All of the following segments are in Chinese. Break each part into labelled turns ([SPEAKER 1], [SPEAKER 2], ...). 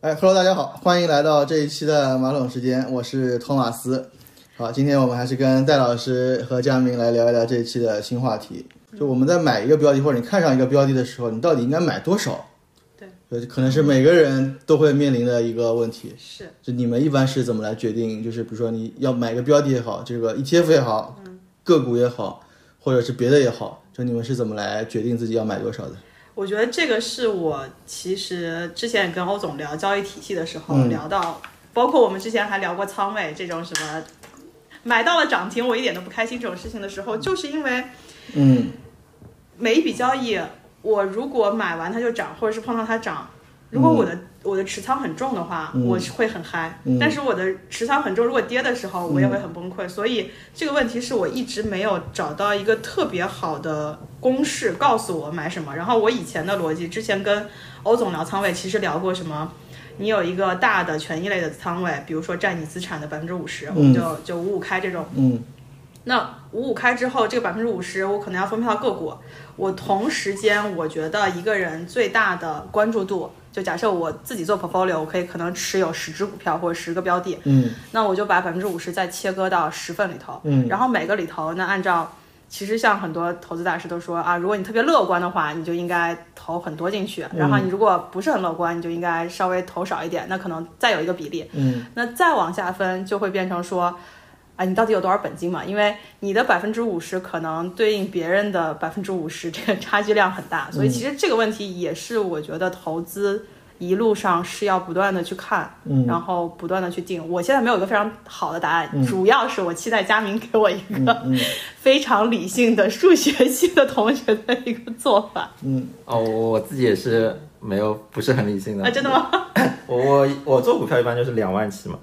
[SPEAKER 1] 哎，Hello，大家好，欢迎来到这一期的马桶时间，我是托马斯。好，今天我们还是跟戴老师和佳明来聊一聊这一期的新话题，就我们在买一个标的或者你看上一个标的的时候，你到底应该买多少？
[SPEAKER 2] 对，
[SPEAKER 1] 呃，可能是每个人都会面临的一个问题。
[SPEAKER 2] 是，
[SPEAKER 1] 就你们一般是怎么来决定？就是比如说你要买个标的也好，这个 ETF 也好，
[SPEAKER 2] 嗯
[SPEAKER 1] 个股也好，或者是别的也好，就你们是怎么来决定自己要买多少的？
[SPEAKER 2] 我觉得这个是我其实之前也跟欧总聊交易体系的时候、
[SPEAKER 1] 嗯
[SPEAKER 2] 聊到，包括我们之前还聊过仓位这种什么。买到了涨停，我一点都不开心这种事情的时候，就是因为
[SPEAKER 1] 嗯
[SPEAKER 2] 每一笔交易，我如果买完它就涨，或者是碰到它涨，如果我的、我的持仓很重的话，
[SPEAKER 1] 嗯
[SPEAKER 2] 我是会很嗨、
[SPEAKER 1] 嗯
[SPEAKER 2] 但是我的持仓很重，如果跌的时候，我也会很崩溃、所以这个问题是我一直没有找到一个特别好的公式告诉我买什么。然后我以前的逻辑，之前跟欧总聊仓位，其实聊过什么。你有一个大的权益类的仓位，比如说占你资产的百分之五十，我们就就五五开这种。
[SPEAKER 1] 嗯
[SPEAKER 2] 那五五开之后，这个百分之五十我可能要分配到个股。我同时间，我觉得一个人最大的关注度，就假设我自己做 portfolio，我可以可能持有十只股票或者十个标的，
[SPEAKER 1] 嗯
[SPEAKER 2] 那我就把百分之五十再切割到十份里头，
[SPEAKER 1] 嗯
[SPEAKER 2] 然后每个里头呢，按照其实像很多投资大师都说啊，如果你特别乐观的话，你就应该投很多进去，然后
[SPEAKER 1] 嗯
[SPEAKER 2] 你如果不是很乐观，你就应该稍微投少一点，那可能再有一个比例。
[SPEAKER 1] 嗯
[SPEAKER 2] 那再往下分就会变成说，啊，你到底有多少本金嘛？因为你的百分之五十可能对应别人的百分之五十，这个 差距量很大。所以
[SPEAKER 1] 嗯
[SPEAKER 2] 其实这个问题也是我觉得投资一路上是要不断的去看，
[SPEAKER 1] 嗯
[SPEAKER 2] 然后不断的去定。我现在没有一个非常好的答案，
[SPEAKER 1] 嗯
[SPEAKER 2] 主要是我期待佳明给我一个
[SPEAKER 1] 嗯
[SPEAKER 2] 非常理性的数学系的同学的一个做法
[SPEAKER 1] 嗯
[SPEAKER 3] 哦，我我自己也是没有，不是很理性的
[SPEAKER 2] 啊，真的？吗？
[SPEAKER 3] 我我我做股票一般就是两万起嘛，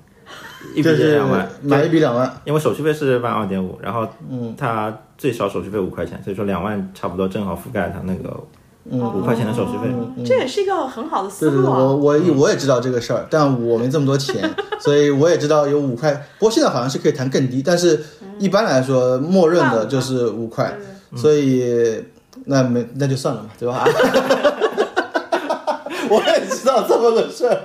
[SPEAKER 3] 一笔
[SPEAKER 1] 就
[SPEAKER 3] 就是两万，
[SPEAKER 1] 买一笔两万，
[SPEAKER 3] 因为手续费是万二点五，然后
[SPEAKER 1] 嗯
[SPEAKER 3] 它最少手续费五块钱，所以说两万差不多正好覆盖它那个
[SPEAKER 1] 嗯，
[SPEAKER 3] 五块钱的手续费。
[SPEAKER 2] 这也是一个很好的思
[SPEAKER 1] 对对嗯对，
[SPEAKER 2] 路啊
[SPEAKER 1] 我。我我也知道这个事儿，但我没这么多 钱，所以我也知道有五块，不过现在好像是可以谈更低，但是一般来说默认的就是嗯五块，所以那没那就算了嘛，对吧？ 我也知道这么个事儿，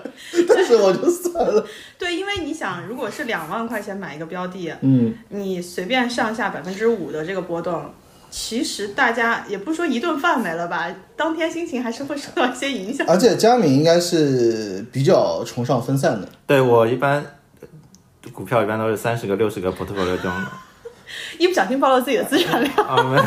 [SPEAKER 1] 但是我就算了。
[SPEAKER 2] 对，因为你想，如果是两万块钱买一个标的，
[SPEAKER 1] 嗯
[SPEAKER 2] 你随便上下百分之五的这个波动，其实大家也不说一顿饭没了吧，当天心情还是会受到一些影响。
[SPEAKER 1] 而且佳敏应该是比较崇尚分散的，
[SPEAKER 3] 对我一般股票一般都是三十个、六十个 portfolio 这种的。
[SPEAKER 2] 一不小心暴露自己的资产量，
[SPEAKER 3] 啊，没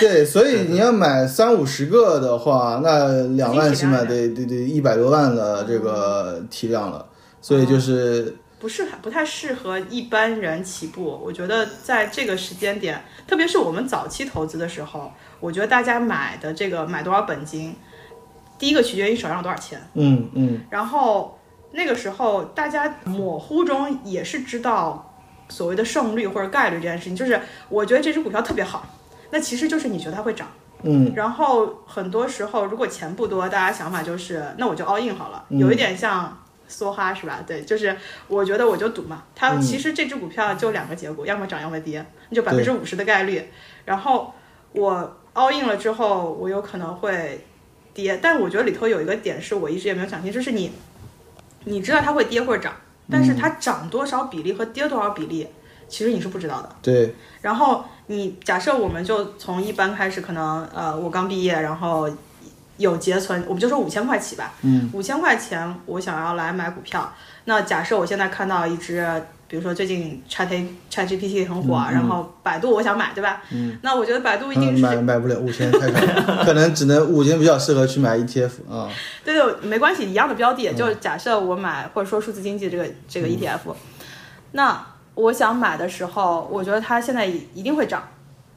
[SPEAKER 1] 对，所以你要买三五十个的话，那两万起码得得得一百多万的这个体量了，所以就是
[SPEAKER 2] 不是不太适合一般人起步。我觉得在这个时间点，特别是我们早期投资的时候，我觉得大家买的这个买多少本金，第一个取决于你手上有多少钱。
[SPEAKER 1] 嗯嗯
[SPEAKER 2] 然后那个时候大家模糊中也是知道所谓的胜率或者概率这件事情，就是我觉得这只股票特别好，那其实就是你觉得它会涨。
[SPEAKER 1] 嗯
[SPEAKER 2] 然后很多时候如果钱不多，大家想法就是那我就 all in 好了，有一点像。梭哈是吧？对，就是我觉得我就赌嘛。它其实这只股票就两个结果，要么涨，要么跌，那就百分之五十的概率。然后我 all in 了之后，我有可能会跌，但我觉得里头有一个点是我一直也没有想清，就是你你知道它会跌或者涨，但是它涨多少比例和跌多少比例，其实你是不知道的。
[SPEAKER 1] 对，
[SPEAKER 2] 然后你假设我们就从一般开始，可能呃我刚毕业，然后有结存，我们就说五千块起吧，
[SPEAKER 1] 嗯，
[SPEAKER 2] 五千块钱我想要来买股票，那假设我现在看到一只。比如说最近 Chat Chat GPT 很火，啊然后百度我想买，对吧？嗯，那我觉得百度一定
[SPEAKER 1] 嗯
[SPEAKER 2] 是
[SPEAKER 1] 买买不了五千太少，可能只能五千比较适合去买 ETF 啊、
[SPEAKER 2] 对对，没关系，一样的标
[SPEAKER 1] 嗯
[SPEAKER 2] 的，就是假设我买或者说数字经济这个这个 ETF，、那我想买的时候，我觉得它现在一一定会涨，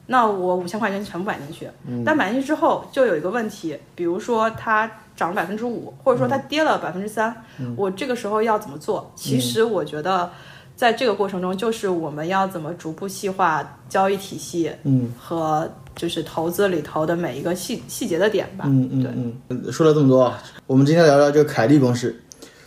[SPEAKER 2] 那我五千块钱全部买进去，
[SPEAKER 1] 嗯
[SPEAKER 2] 但买进去之后就有一个问题，比如说它涨了百分之五，或者说
[SPEAKER 1] 嗯
[SPEAKER 2] 它跌了百分之三，我这个时候要怎么做？其实
[SPEAKER 1] 嗯
[SPEAKER 2] 我觉得。在这个过程中，就是我们要怎么逐步细化交易体系
[SPEAKER 1] 嗯
[SPEAKER 2] 和就是投资里头的每一个细细节的点吧。
[SPEAKER 1] 嗯
[SPEAKER 2] 对，
[SPEAKER 1] 嗯嗯，说了这么多，啊，我们今天聊聊这个凯利公式。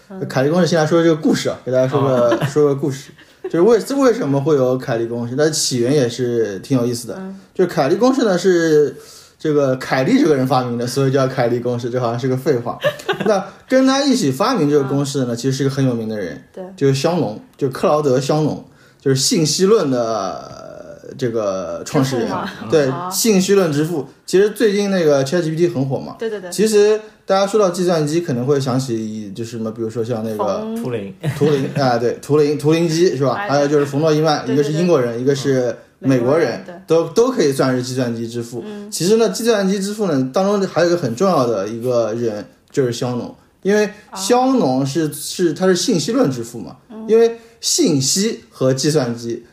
[SPEAKER 2] 嗯
[SPEAKER 1] 凯利公式先来说说这个故事啊，给大家说个、 说个故事，就是为这为什
[SPEAKER 2] 嗯
[SPEAKER 1] 么会有凯利公式，它的起源也是挺有意思的。就是凯利公式呢是这个凯利这个人发明的，所以叫凯利公式，这好像是个废话。那跟他一起发明这个公式的呢，其实是一个很有名的人，
[SPEAKER 4] 对，
[SPEAKER 1] 就是香农，就克劳德·香农，就是信息论的呃这个创始人
[SPEAKER 4] 之父吗，
[SPEAKER 1] 对，
[SPEAKER 4] 啊
[SPEAKER 1] 信息论之父。其实最近那个 ChatGPT 很火嘛，
[SPEAKER 4] 对对对，
[SPEAKER 1] 其实大家说到计算机，可能会想起就是什么，比如说像那个
[SPEAKER 4] 冯
[SPEAKER 3] 图灵，
[SPEAKER 1] 图 灵啊，对，图灵图灵机是吧？
[SPEAKER 4] 哎
[SPEAKER 1] 还有就是冯诺依曼，
[SPEAKER 4] 对
[SPEAKER 1] 一个是
[SPEAKER 4] 对对
[SPEAKER 1] 英国人，一个是美国
[SPEAKER 4] 美国
[SPEAKER 1] 人
[SPEAKER 4] 人，嗯
[SPEAKER 1] 都都可以算是计算机之父。其实呢，计算机之父呢当中还有一个很重要的一个人就是肖农，因为
[SPEAKER 4] 哦
[SPEAKER 1] 肖农是是他是信息论之父嘛，
[SPEAKER 4] 嗯
[SPEAKER 1] 因为信息和计算机。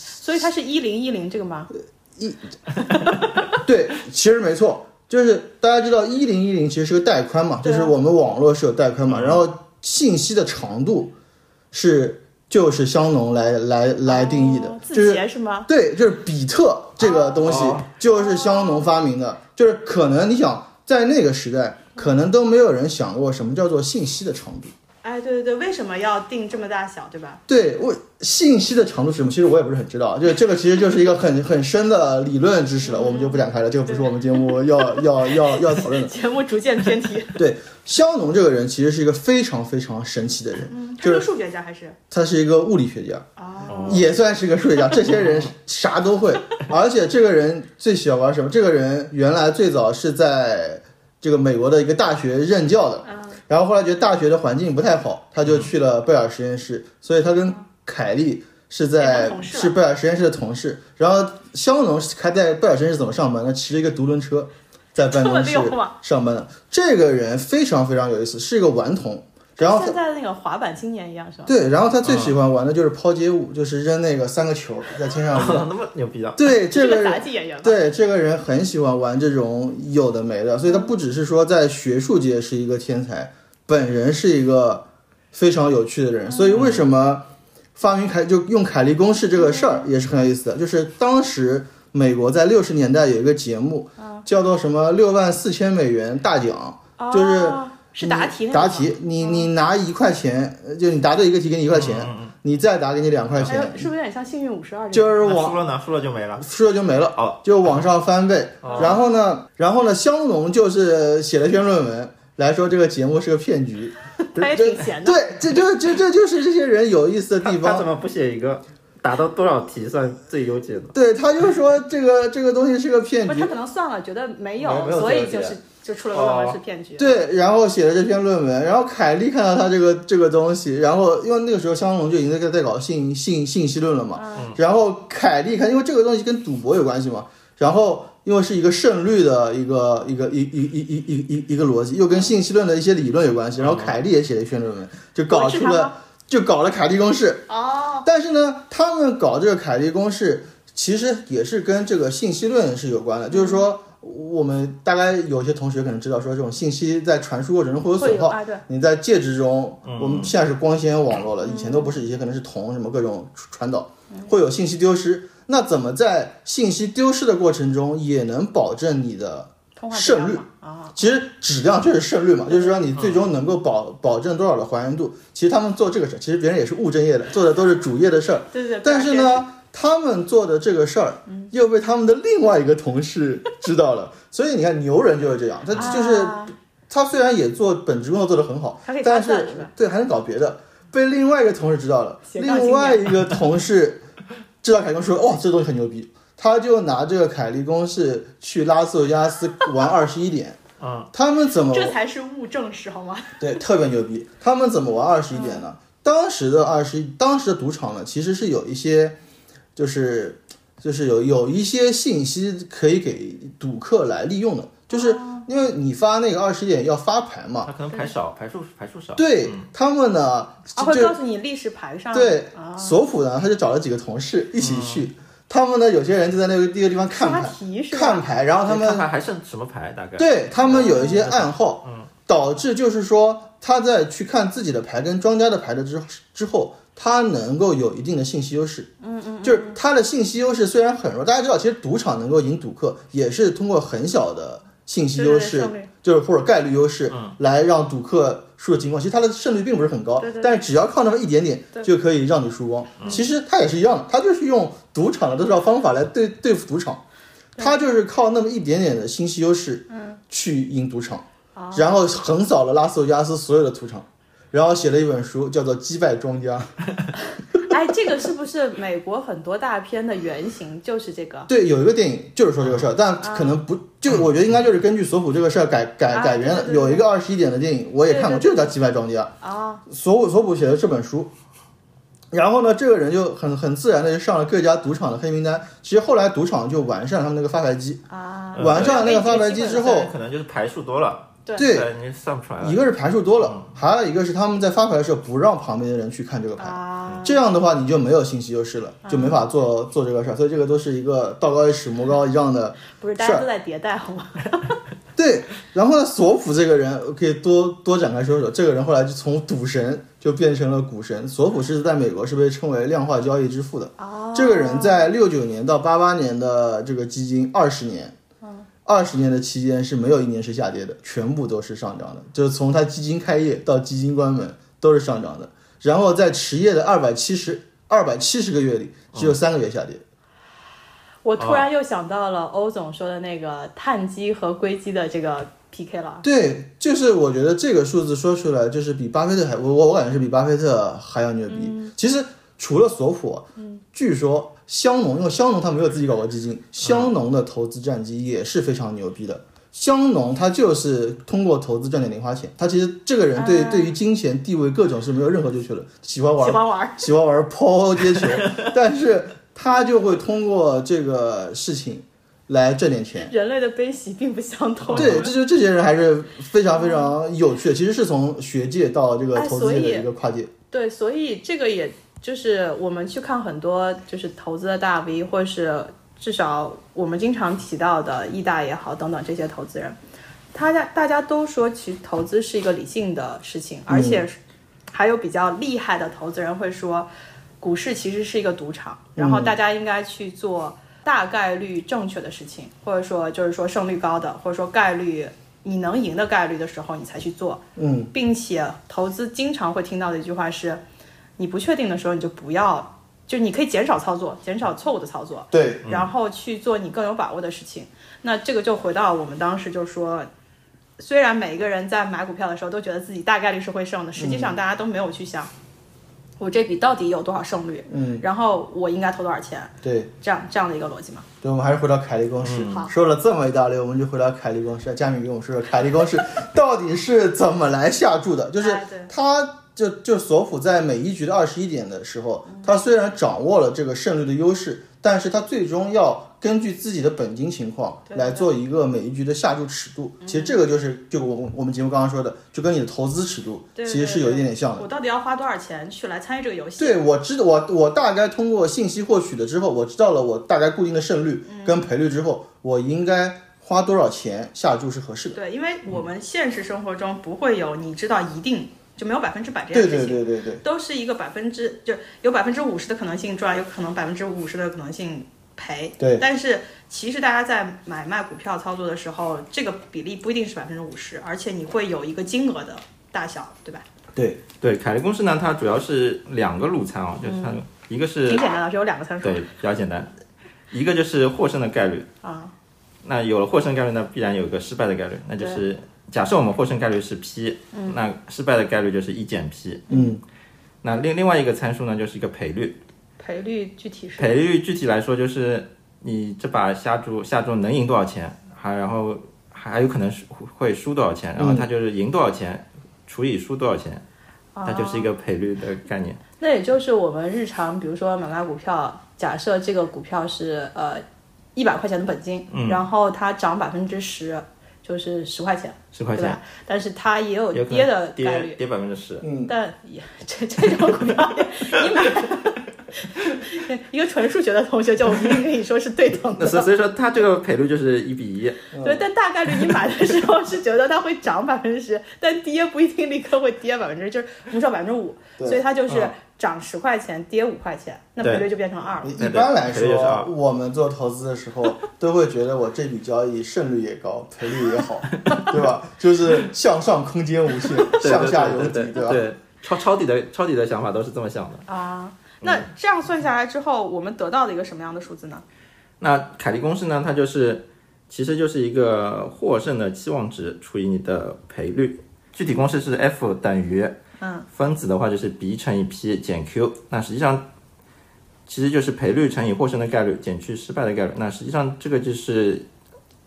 [SPEAKER 4] 所以它是一零一零这个吗？
[SPEAKER 1] 对，其实没错，就是大家知道一零一零其实是个带宽嘛，就
[SPEAKER 4] 对啊嗯
[SPEAKER 1] 是我们网络是有带宽嘛，然后信息的长度是就是香农来来来定义的
[SPEAKER 4] 哦，
[SPEAKER 1] 就
[SPEAKER 4] 字
[SPEAKER 1] 是
[SPEAKER 4] 节是吗？
[SPEAKER 1] 对，就是比特这个东西
[SPEAKER 3] 哦
[SPEAKER 1] 就是香农发明的，就是可能你想在那个时代，可能都没有人想过什么叫做信息的长度。
[SPEAKER 4] 哎，对对对，为什么要定这么大小，对吧？
[SPEAKER 1] 对我信息的长度是什么？其实我也不是很知道，啊就是这个其实就是一个很很深的理论知
[SPEAKER 4] 嗯
[SPEAKER 1] 识了，我们就不展开了，这个不是我们 节目要要要要讨论的。
[SPEAKER 4] 节目逐渐偏 题，
[SPEAKER 1] 对，肖农这个人其实是一个非常非常神奇的人，
[SPEAKER 4] 嗯，他
[SPEAKER 1] 就是
[SPEAKER 4] 是数学家还是？
[SPEAKER 1] 他是一个物理学家，
[SPEAKER 4] 哦，
[SPEAKER 3] 哦
[SPEAKER 1] 也算是个数学家。这些人啥都会，而且这个人最喜欢玩什么？这个人原来最早是在这个美国的一个大学任教的，
[SPEAKER 4] 嗯，
[SPEAKER 1] 然后后来觉得大学的环境不太好，他就去了贝尔实验室，所以他跟凯利是
[SPEAKER 4] 变
[SPEAKER 1] 在
[SPEAKER 4] 成同事了
[SPEAKER 1] 是贝尔实验室的同事。然后肖农是还在贝尔实验室怎么上班呢？骑着一个独轮车在办
[SPEAKER 4] 这么
[SPEAKER 1] 公室
[SPEAKER 4] 溜吗？
[SPEAKER 1] 上班的。这个人非常非常有意思，是一个顽童。然后
[SPEAKER 4] 跟现在那个滑板青年一样是吧？
[SPEAKER 1] 对，然后他最
[SPEAKER 4] 啊
[SPEAKER 1] 喜欢玩的就是抛接物，就是扔那个三个球在天上
[SPEAKER 3] 哦
[SPEAKER 1] 扔。
[SPEAKER 3] 那么牛逼啊！
[SPEAKER 1] 对，这
[SPEAKER 4] 是
[SPEAKER 1] 个
[SPEAKER 4] 个
[SPEAKER 1] 人
[SPEAKER 4] 杂技演员吧？
[SPEAKER 1] 对，这个人很喜欢玩这种有的没的，所以他不只是说在学术界是一个天才，本人是一个非常有趣的人。所以为什么发明凯就用凯利公式这个事儿也是很有意思的，就是当时美国在六十年代有一个节目叫做什么六万四千美元大奖，
[SPEAKER 4] 哦，
[SPEAKER 1] 就是嗯
[SPEAKER 4] 是答题那个吗
[SPEAKER 1] 答，题，你你拿一块钱，呃就你答对一个题给你一块钱，你再答给你两块
[SPEAKER 4] 哎
[SPEAKER 1] 钱
[SPEAKER 4] 呦，，是不是有点像幸运五十二？
[SPEAKER 1] 就是
[SPEAKER 3] 那输
[SPEAKER 1] 往
[SPEAKER 3] 了呢？输了就没了。
[SPEAKER 1] 输了就没了。
[SPEAKER 3] 哦，
[SPEAKER 1] 就往上翻倍。
[SPEAKER 3] 哦
[SPEAKER 1] 然后呢，然后呢，香农就是写了一篇论文来说这个节目是个骗局。
[SPEAKER 4] 他也挺闲的。
[SPEAKER 1] 对，这这这这就是这些人有意思的
[SPEAKER 3] 他
[SPEAKER 1] 地
[SPEAKER 3] 他怎
[SPEAKER 1] 方。
[SPEAKER 3] 么不写一个达到多少题算最优解呢？
[SPEAKER 1] 对，他就说这个这个东西是个骗
[SPEAKER 4] 不是
[SPEAKER 1] 局
[SPEAKER 4] 他。可能算了，觉得没
[SPEAKER 3] 没有
[SPEAKER 4] 有，
[SPEAKER 3] 没有
[SPEAKER 4] 所以
[SPEAKER 3] 这
[SPEAKER 4] 就
[SPEAKER 3] 个
[SPEAKER 4] 是就出了
[SPEAKER 3] 哦
[SPEAKER 4] 个万万是骗局。
[SPEAKER 1] 对，然后写了这篇论文，然后凯利看到他这个这个东西，然后因为那个时候香农就已经在在搞信信信息论了嘛，
[SPEAKER 4] 嗯
[SPEAKER 1] 然后凯利看，因为这个东西跟赌博有关系嘛，然后因为是一个胜率的一个一个一一一一一一一个逻辑，又跟信息论的一些理论有关系，然后凯利也写了一篇论文，就搞
[SPEAKER 4] 嗯我是
[SPEAKER 1] 出
[SPEAKER 4] 他
[SPEAKER 1] 了
[SPEAKER 4] 吗
[SPEAKER 1] 就搞了凯利公式，
[SPEAKER 4] 哦，
[SPEAKER 1] 但是呢，他们搞这个凯利公式，其实也是跟这个信息论是有关的。就是说，我们大概有些同学可能知道，说这种信息在传输过程中会有
[SPEAKER 4] 会
[SPEAKER 1] 损
[SPEAKER 4] 有
[SPEAKER 1] 耗。
[SPEAKER 4] 啊，对，
[SPEAKER 1] 你在介质中，
[SPEAKER 3] 嗯
[SPEAKER 1] 我们现在是光纤网络了，以前都不是，以前可能是铜什么各种传导，会有信息丢失。那怎么在信息丢失的过程中，也能保证你的？
[SPEAKER 4] 通话
[SPEAKER 1] 胜
[SPEAKER 4] 质量
[SPEAKER 1] 率
[SPEAKER 4] 嘛啊，
[SPEAKER 1] 其实质量就是胜率嘛，就是说你最终能够保保证多少的还原度。其实他们做这个事儿，其实别人也是务正业的，做的都是主业的事儿。
[SPEAKER 4] 对对对。
[SPEAKER 1] 但是
[SPEAKER 4] 不然
[SPEAKER 1] 呢，他们做的这个事儿
[SPEAKER 4] 嗯
[SPEAKER 1] 又被他们的另外一个同事知 道了，所以你看牛人就是这样，他
[SPEAKER 4] 骗局，
[SPEAKER 1] 就是
[SPEAKER 4] 啊
[SPEAKER 1] 他虽然也做本职工作做得很好
[SPEAKER 4] 还可以，搭
[SPEAKER 1] 但
[SPEAKER 4] 讪
[SPEAKER 1] 是
[SPEAKER 4] 是吧
[SPEAKER 1] 对还能搞别的，被另外一个同事知道了，
[SPEAKER 4] 斜杠青
[SPEAKER 1] 另
[SPEAKER 4] 年
[SPEAKER 1] 外一个 同事知道凯利公式说，哇，哦这东西很牛逼，他就拿这个凯利公式去拉斯维加斯玩二十一点，
[SPEAKER 3] 嗯，
[SPEAKER 1] 他们怎么
[SPEAKER 4] 这才是物证实好吗？
[SPEAKER 1] 对，特别牛逼。他们怎么玩二十一点呢？
[SPEAKER 4] 嗯
[SPEAKER 1] 当时的二十一，当时的赌场呢，其实是有一些，就是就是有有一些信息可以给赌客来利用的，就是
[SPEAKER 4] 哦
[SPEAKER 1] 因为你发那个二十一点要发牌嘛。
[SPEAKER 3] 他可能排少，排数排数少。
[SPEAKER 1] 啊对
[SPEAKER 3] 嗯
[SPEAKER 1] 他们呢，
[SPEAKER 4] 啊，
[SPEAKER 1] 就
[SPEAKER 4] 会告诉你历史牌上
[SPEAKER 1] 对
[SPEAKER 4] 啊，
[SPEAKER 1] 索普呢，他就找了几个同事一起去。他们呢，有些人就在那个那个地方看
[SPEAKER 4] 刷
[SPEAKER 1] 牌，
[SPEAKER 4] 题是吧？
[SPEAKER 1] 看牌，然后啊他们
[SPEAKER 3] 看看还剩什么牌大概？
[SPEAKER 1] 对他们有一些暗号，
[SPEAKER 3] 嗯
[SPEAKER 1] 导致就是说他在去看自己的牌跟庄家的牌的之之后，他能够有一定的信息优势。嗯嗯，就是他的信息优势虽然很弱，大家知道，其实赌场能够赢赌客，也是通过很小的信
[SPEAKER 4] 对
[SPEAKER 1] 息
[SPEAKER 4] 对
[SPEAKER 1] 优
[SPEAKER 4] 对
[SPEAKER 1] 势
[SPEAKER 4] 胜率，
[SPEAKER 1] 就是或者概率优势
[SPEAKER 3] 嗯
[SPEAKER 1] 来让赌客输的情况，其实他的胜率并不是很高
[SPEAKER 4] 对对，对
[SPEAKER 1] 但是只要靠那么一点点
[SPEAKER 4] 对
[SPEAKER 1] 就可以让你输光。其实他也是一样的，他就是用赌场的多少方法来对对付赌场。他就是靠那么一点点的信息优势，
[SPEAKER 4] 嗯
[SPEAKER 1] 去赢赌场，
[SPEAKER 4] 哦
[SPEAKER 1] 然后横扫了拉斯维加斯所有的赌场，然后写了一本书叫做《击败庄家》。
[SPEAKER 2] 哎，这个是不是美国很多大片的原型就是这个？
[SPEAKER 1] 对，有一个电影就是说这个事儿，但可能不就我觉得应该就是根据索普这个事儿改改
[SPEAKER 2] 啊
[SPEAKER 1] 改编
[SPEAKER 2] 对
[SPEAKER 1] 的。
[SPEAKER 2] 对对
[SPEAKER 1] 有一个二十一点的电影我也看过，
[SPEAKER 2] 对对
[SPEAKER 1] 就
[SPEAKER 2] 对
[SPEAKER 1] 叫《击败庄家》。
[SPEAKER 2] 啊，
[SPEAKER 1] 索普索普写的这本书，然后呢，这个人就很很自然的就上了各家赌场的黑名单。其实后来赌场就完善了他们那个发牌机，
[SPEAKER 2] 啊，
[SPEAKER 3] 嗯
[SPEAKER 1] 完善了那个发牌机之后，
[SPEAKER 3] 可能就是牌数多了，
[SPEAKER 1] 对，
[SPEAKER 3] 你算不出来
[SPEAKER 1] 一
[SPEAKER 3] 了。嗯
[SPEAKER 1] 个是牌数多了，还有一个是他们在发牌的时候不让旁边的人去看这个牌，
[SPEAKER 2] 啊，
[SPEAKER 1] 这样的话你就没有信息优势了，就没法做做这个事儿。所以这个都是一个道高一尺，魔高一丈的
[SPEAKER 2] 不是大家都在迭代好吗？
[SPEAKER 1] 对，然后呢，索普这个人我可以多多展开说说。这个人后来就从赌神就变成了股神。索普是在美国是被称为量化交易之父的。
[SPEAKER 2] 哦
[SPEAKER 1] 这个人在六九年到八八年的这个基金二十年，二十年的期间是没有一年是下跌的，全部都是上涨的。就是从他基金开业到基金关门都是上涨的。然后在持业的二百七十二百七十个月里，只有三个月下跌。
[SPEAKER 2] 我突然又想到了欧总说的那个碳基和硅基的这个 PK 了。
[SPEAKER 1] 对，就是我觉得这个数字说出来，就是比巴菲特还我我我感觉是比巴菲特还要牛逼。
[SPEAKER 2] 嗯
[SPEAKER 1] 其实除了索普，据说香农，因为香农他没有自己搞过基
[SPEAKER 2] 嗯
[SPEAKER 1] 金，香农的投资战绩也是非常牛逼的。香农他就是通过投资赚点零花钱，他其实这个人对、
[SPEAKER 2] 嗯
[SPEAKER 1] 对于金钱、地位各种是没有任何追求的，喜欢玩
[SPEAKER 2] 喜欢玩儿，
[SPEAKER 1] 喜欢玩抛抛 接球，但是他就会通过这个事情来挣点钱。
[SPEAKER 2] 人类的悲喜并不相同。
[SPEAKER 1] 对，这就这些人还是非常非常有趣的，其实是从学界到这个
[SPEAKER 2] 哎
[SPEAKER 1] 投资界
[SPEAKER 2] 所
[SPEAKER 1] 的
[SPEAKER 2] 以
[SPEAKER 1] 一个跨界。
[SPEAKER 2] 对，所以这个也就是我们去看很多就是投资的大 V，或是至少我们经常提到的易大也好等等这些投资人，他家大家都说，其实投资是一个理性的事情，而且还有比较厉害的投资人会说，股市其实是一个赌场，然后大家应该去做大概率正确的事情，或者说就是说胜率高的，或者说概率你能赢的概率的时候，你才去做。
[SPEAKER 1] 嗯，
[SPEAKER 2] 并且投资经常会听到的一句话是：你不确定的时候，你就不要，就你可以减少操作，减少错误的操作，
[SPEAKER 1] 对，
[SPEAKER 2] 然后去做你更有把握的事情。那这个就回到我们当时就说，虽然每一个人在买股票的时候都觉得自己大概率是会胜的，实际
[SPEAKER 1] 嗯
[SPEAKER 2] 上大家都没有去想，我这笔到底有多少胜率，
[SPEAKER 1] 嗯，
[SPEAKER 2] 然后我应该投多少钱，
[SPEAKER 1] 对，
[SPEAKER 2] 这样这样的一个逻辑嘛。
[SPEAKER 1] 对，我们还是回到凯利公式。
[SPEAKER 2] 好
[SPEAKER 1] 说了这么一大堆，我们就回到凯利公式。 佳敏给我们说说凯利公式到底是怎么来下注的？就是
[SPEAKER 2] 哎对
[SPEAKER 1] 他就就索普在每一局的二十一点的时候，
[SPEAKER 2] 嗯
[SPEAKER 1] 他虽然掌握了这个胜率的优势，但是他最终要根据自己的本金情况
[SPEAKER 2] 对
[SPEAKER 1] 来做一个每一局的下注尺度。其实这个就是就我我们节目刚刚说的，就跟你的投资尺度
[SPEAKER 2] 对
[SPEAKER 1] 其实是有一点点像的。
[SPEAKER 2] 我到底要花多少钱去来参与这个游戏？
[SPEAKER 1] 对，我知道，我我大概通过信息获取了之后，我知道了我大概固定的胜率
[SPEAKER 4] 嗯
[SPEAKER 1] 跟赔率之后，我应该花多少钱下注是合适的。
[SPEAKER 4] 对，因为我们现实生活中不会有你知道一定就没有百分之百啊这件
[SPEAKER 1] 对
[SPEAKER 4] 事情，
[SPEAKER 1] 对对对对，
[SPEAKER 4] 都是一个百分之就有百分之五十的可能性赚，有可能百分之五十的可能性赔。
[SPEAKER 1] 对
[SPEAKER 4] 但是其实大家在买卖股票操作的时候，这个比例不一定是百分之五十，而且你会有一个金额的大小，对吧？
[SPEAKER 1] 对
[SPEAKER 3] 对，凯利公式呢，它主要是两个路参哦，就是它一个是
[SPEAKER 2] 挺简单的，只有两个参数。
[SPEAKER 3] 对，比较简单。一个就是获胜的概率
[SPEAKER 2] 啊，
[SPEAKER 3] 那有了获胜概率呢，必然有个失败的概率，那就是假设我们获胜概率是 p，、那失败的概率就是一减 p。
[SPEAKER 1] 嗯，
[SPEAKER 3] 那另另外一个参数呢，就是一个赔率，
[SPEAKER 2] 赔率具体是
[SPEAKER 3] 赔率具体来说就是你这把下注下注能赢多少钱，还然后还有可能是会输多少钱，然后它就是赢多少钱、除以输多少钱，
[SPEAKER 2] 哦
[SPEAKER 3] 它就是一个赔率的概念。
[SPEAKER 2] 那也就是我们日常，比如说买卖股票，假设这个股票是呃一百块钱的本金，
[SPEAKER 3] 嗯
[SPEAKER 2] 然后它涨百分之十，就是十块钱，
[SPEAKER 3] 十块
[SPEAKER 2] 对
[SPEAKER 3] 钱
[SPEAKER 2] 吧？但是它也有
[SPEAKER 3] 有可能
[SPEAKER 2] 跌的概
[SPEAKER 3] 跌
[SPEAKER 2] 率，
[SPEAKER 3] 跌百分之十，
[SPEAKER 2] 但也这这种股票也，你买一个纯数学的同学就一定跟你说是对等
[SPEAKER 3] 那
[SPEAKER 2] 的，
[SPEAKER 3] 所所以说它这个赔率就是一比 一。
[SPEAKER 2] 对。但大概率你买的时候是觉得它会涨百分之十，但跌不一定立刻会跌百分之，就是我们说百分之五，
[SPEAKER 1] 对
[SPEAKER 2] 所以它就是涨十块钱，跌五块钱，那
[SPEAKER 3] 对
[SPEAKER 2] 赔率就变成二了。
[SPEAKER 1] 一
[SPEAKER 3] 对
[SPEAKER 1] 般来
[SPEAKER 3] 赔率也是
[SPEAKER 1] 说
[SPEAKER 3] 二，
[SPEAKER 1] 我们做投资的 时候都会觉得我这笔交易胜率也高，赔率也好，对吧？就是向上空间无限，
[SPEAKER 3] 对
[SPEAKER 1] 向下有
[SPEAKER 3] 对
[SPEAKER 1] 底，
[SPEAKER 3] 对
[SPEAKER 1] 吧？
[SPEAKER 3] 对，抄抄底的抄底的想法都是这么想的。
[SPEAKER 2] 啊，那这样算下来之后，我们得到的一个什么样的数字呢？
[SPEAKER 3] 那凯利公式呢，它就是其实就是一个获胜的期望值除以你的赔率。具体公式是 F 等于，嗯，分子的话就是 B 乘以 P 减 Q。那实际上其实就是赔率乘以获胜的概率减去失败的概率。那实际上这个就是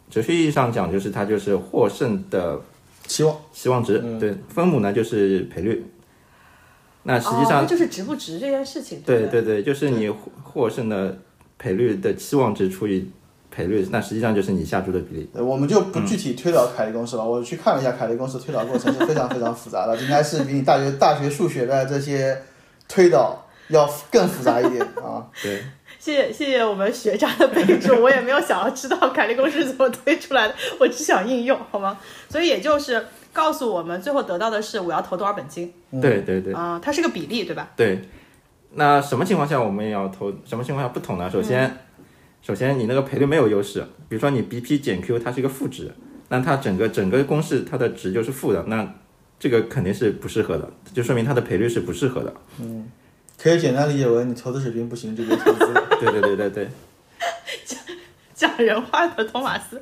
[SPEAKER 3] 哲学意义上讲，就是它就是获胜的
[SPEAKER 1] 期望
[SPEAKER 3] 期望值。对，分母呢就是赔率。那啊实际上
[SPEAKER 2] 哦、就是值不值这件事情。
[SPEAKER 3] 对
[SPEAKER 2] 不对
[SPEAKER 3] 对对，就是你获获胜的赔率的期望值除以赔率，那实际上就是你下注的比例。
[SPEAKER 1] 呃我们就不具体推导凯利公式了。我去看了一下凯利公式推导过程是非常非常复杂的，应该是比你大学大学数学的这些推导要更复杂一点啊。
[SPEAKER 3] 对，
[SPEAKER 2] 谢谢谢谢我们学渣的备注，我也没有想要知道凯利公式怎么推出来的，我只想应用，好吗？所以也就是告诉我们，最后得到的是我要投多少本金
[SPEAKER 3] 对对对
[SPEAKER 2] 啊、它是个比例，对吧？
[SPEAKER 3] 对。那什么情况下我们也要投？什么情况下不投呢？首先，首先你那个赔率没有优势，比如说你 BP 减 Q 它是一个负值，那它整个整个公式它的值就是负的，那这个肯定是不适合的，就说明它的赔率是不适合的。
[SPEAKER 1] 可以简单理解为你投资水平不行就别投资了。
[SPEAKER 3] 对对对对对。
[SPEAKER 2] 讲人话的托马斯，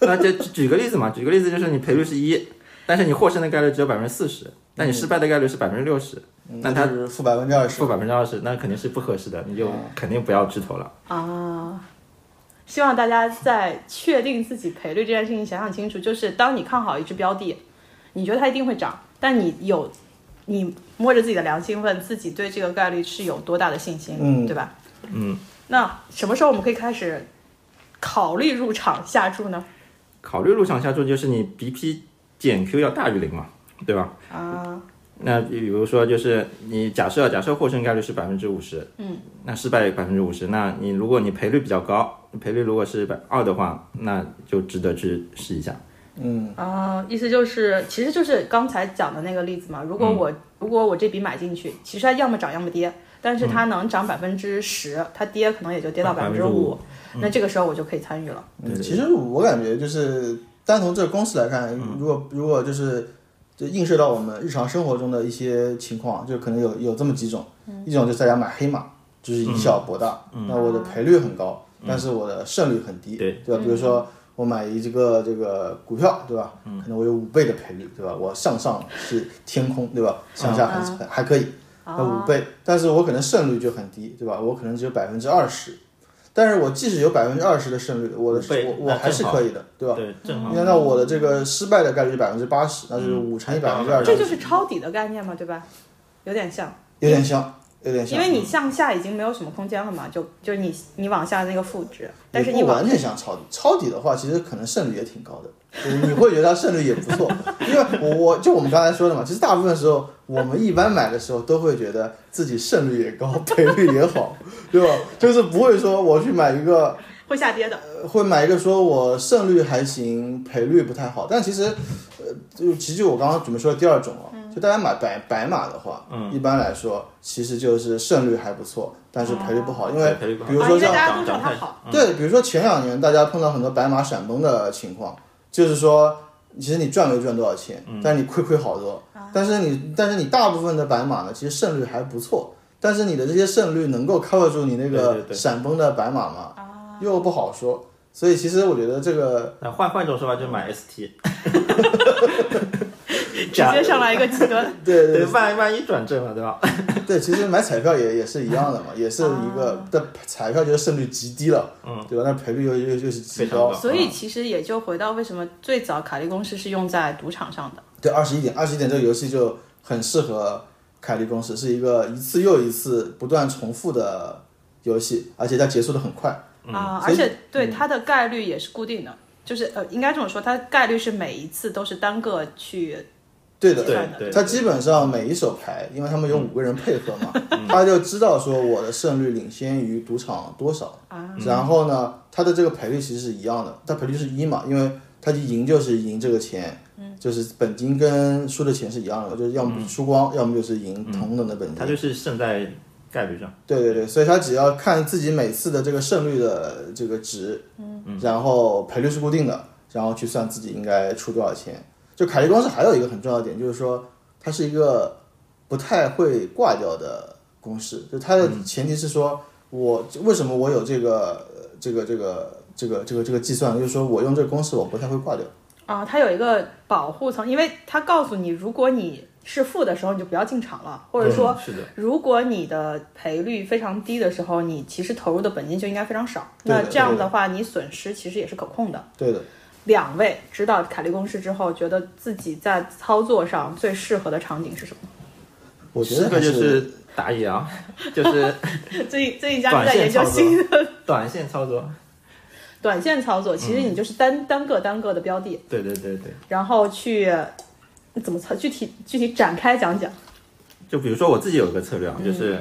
[SPEAKER 3] 那就举举个例子嘛，举个例子就是你赔率是一，但是你获胜的概率只有百分之四十，但你失败的概率是百分之六十，
[SPEAKER 1] 嗯
[SPEAKER 3] 那它
[SPEAKER 1] 就是负百分之二十嗯
[SPEAKER 3] 负。百分之二十，那肯定是不合适的，你就肯定不要直投了。
[SPEAKER 2] 啊。希望大家在确定自己赔率这件事情想想清楚，就是当你看好一只标的，你觉得它一定会涨，但你有你摸着自己的良心问自己对这个概率是有多大的信心，
[SPEAKER 1] 嗯
[SPEAKER 2] 对吧？
[SPEAKER 3] 嗯，
[SPEAKER 2] 那什么时候我们可以开始考虑入场下注呢？
[SPEAKER 3] 考虑入场下注就是你 BP 减 Q 要大于零嘛，对吧？嗯
[SPEAKER 2] 啊，
[SPEAKER 3] 那比如说就是你假设假设获胜概率是百分之五十，嗯，那失败百分之五十，那你如果你赔率比较高，赔率如果是百二的话，那就值得去试一下。
[SPEAKER 1] 嗯，
[SPEAKER 2] 啊，意思就是，其实就是刚才讲的那个例子嘛。如果我、如果我这笔买进去，其实它要么涨，要么跌，但是它能涨百分之十，它跌可能也就跌嗯到百分之
[SPEAKER 3] 5%
[SPEAKER 2] 五，嗯那这个时候我就可以参与了。
[SPEAKER 1] 嗯其实我感觉就是单从这个公式来看，如果如果就是就映射到我们日常生活中的一些情况，就可能有有这么几种，一种就是大家买黑马，就是以小博大，那我的赔率很高，但是我的胜率很低，
[SPEAKER 3] 嗯对
[SPEAKER 1] 对吧？比如说。我买一个这个股票，对吧？
[SPEAKER 3] 嗯
[SPEAKER 1] 可能我有五倍的赔率，对吧？我向上是天空，对吧？向下很很还可以，那五倍，但是我可能胜率就很低，对吧？我可能只有百分之二十，但是我即使有百分之二十的胜率，我的
[SPEAKER 3] 五倍
[SPEAKER 1] 我
[SPEAKER 3] 那
[SPEAKER 1] 我还是
[SPEAKER 3] 正好
[SPEAKER 1] 可以的，对吧？
[SPEAKER 3] 对，
[SPEAKER 2] 啊
[SPEAKER 3] 正
[SPEAKER 1] 你看，那我的这个失败的概率百分之八十，那就是五乘以百分之二
[SPEAKER 2] 嗯这
[SPEAKER 1] 十，
[SPEAKER 2] 就是抄底的概念嘛，对吧？有点像，
[SPEAKER 1] 有点像，有点
[SPEAKER 2] 因
[SPEAKER 1] 像，嗯
[SPEAKER 2] 为你向下已经没有什么空间了嘛，就就是你你往下那个负值，但是
[SPEAKER 1] 也
[SPEAKER 2] 你
[SPEAKER 1] 不
[SPEAKER 2] 往
[SPEAKER 1] 完全像抄底，抄底的话，其实可能胜率也挺高的，就是你会觉得它胜率也不错，因为我我就我们刚才说的嘛，其实大部分时候我们一般买的时候都会觉得自己胜率也高，赔率也好，对吧？就是不会说我去买一个
[SPEAKER 4] 会下跌的。
[SPEAKER 1] 呃会买一个说我胜率还行，赔率不太好。但其实，呃，就其实就我刚刚准备说的第二种啊，
[SPEAKER 4] 嗯
[SPEAKER 1] 就大家买白白马的话，
[SPEAKER 3] 嗯
[SPEAKER 1] 一般来说其实就是胜率还不错，但是赔率不好，因为
[SPEAKER 3] 对赔率不好
[SPEAKER 1] 比如
[SPEAKER 4] 啊，
[SPEAKER 1] 说
[SPEAKER 4] 因为
[SPEAKER 1] 像
[SPEAKER 4] 大家都知道
[SPEAKER 3] 涨
[SPEAKER 4] 它
[SPEAKER 3] 太
[SPEAKER 4] 好，
[SPEAKER 1] 对，比如说前两年大家碰到很多白马闪崩的情况，就是说，其实你赚没赚多少钱，
[SPEAKER 3] 嗯
[SPEAKER 1] 但是你亏亏好多。但是你，但是你大部分的白马呢，其实胜率还不错，但是你的这些胜率能够 cover 住你那
[SPEAKER 3] 对对
[SPEAKER 1] 个
[SPEAKER 3] 对
[SPEAKER 1] 闪崩的白马吗？又不好说。所以其实我觉得这 个，
[SPEAKER 3] 那换换一种说法，就是买 ST，直
[SPEAKER 2] 直接上来一个极 端，
[SPEAKER 1] 对对
[SPEAKER 3] 对，万万一转正了，对吧？
[SPEAKER 1] 对，其实买彩票也也是一样的嘛，也是一个，但彩票就是胜率极低了，对吧？但赔率又又又是极
[SPEAKER 3] 嗯非常
[SPEAKER 1] 高
[SPEAKER 3] 高，
[SPEAKER 2] 所以其实也就回到为什么最早卡利公式是用在赌场上的。
[SPEAKER 1] 对，二十一点，二十一点这个游戏就很适合凯利公式，是一个一次又一次不断重复的游戏，而且它结束的很快。嗯
[SPEAKER 2] 啊，
[SPEAKER 1] 所
[SPEAKER 2] 而
[SPEAKER 1] 以
[SPEAKER 2] 且对它的概率也是固定的，就是呃，应该这么说，它概率是每一次都是单个去
[SPEAKER 1] 对
[SPEAKER 2] 计
[SPEAKER 1] 的，
[SPEAKER 2] 算的。
[SPEAKER 3] 对
[SPEAKER 1] 它基本上每一手牌，因为他们有五个人配合嘛，他就知道说我的胜率领先于赌场多少。然后呢，它的这个赔率其实是一样的，它赔率是一嘛，因为它一赢就是赢这个钱，就是本金跟输的钱是一样的，就是要么输光，要么就是赢同等的本金。
[SPEAKER 3] 它就是胜在概率上。
[SPEAKER 1] 对对对，所以他只要看自己每次的这个胜率的这个值，嗯，然后赔率是固定的，然后去算自己应该出多少钱。就凯利公式还有一个很重要的点，就是说它是一个不太会挂掉的公式，就它的前提是说我为什么我有这个呃这个这个这个这个这个计算，就是说我用这个公式我不太会挂掉。
[SPEAKER 2] 啊，它有一个保护层，因为它告诉你，如果你是负的时候，你就不要进场了，或者说
[SPEAKER 3] 嗯是的，
[SPEAKER 2] 如果你的赔率非常低的时候，你其实投入的本金就应该非常少。
[SPEAKER 1] 对的
[SPEAKER 2] 那这样的话，你损失其实也是可控的。
[SPEAKER 1] 对的，
[SPEAKER 2] 两位知道凯利公式之后，觉得自己在操作上最适合的场景是什么？
[SPEAKER 1] 我觉
[SPEAKER 3] 这
[SPEAKER 1] 得还
[SPEAKER 3] 个就是打野啊， 就是
[SPEAKER 2] 最最近佳
[SPEAKER 3] 短
[SPEAKER 2] 在研
[SPEAKER 3] 线
[SPEAKER 2] 究
[SPEAKER 3] 操作
[SPEAKER 2] 新，
[SPEAKER 3] 短线操作。
[SPEAKER 2] 短线操作，其实你就是单、单个单个的标的，
[SPEAKER 3] 对对对对，
[SPEAKER 2] 然后去怎么操，具体具体展开讲讲。
[SPEAKER 3] 就比如说我自己有一个策略啊，
[SPEAKER 2] 嗯
[SPEAKER 3] 就是、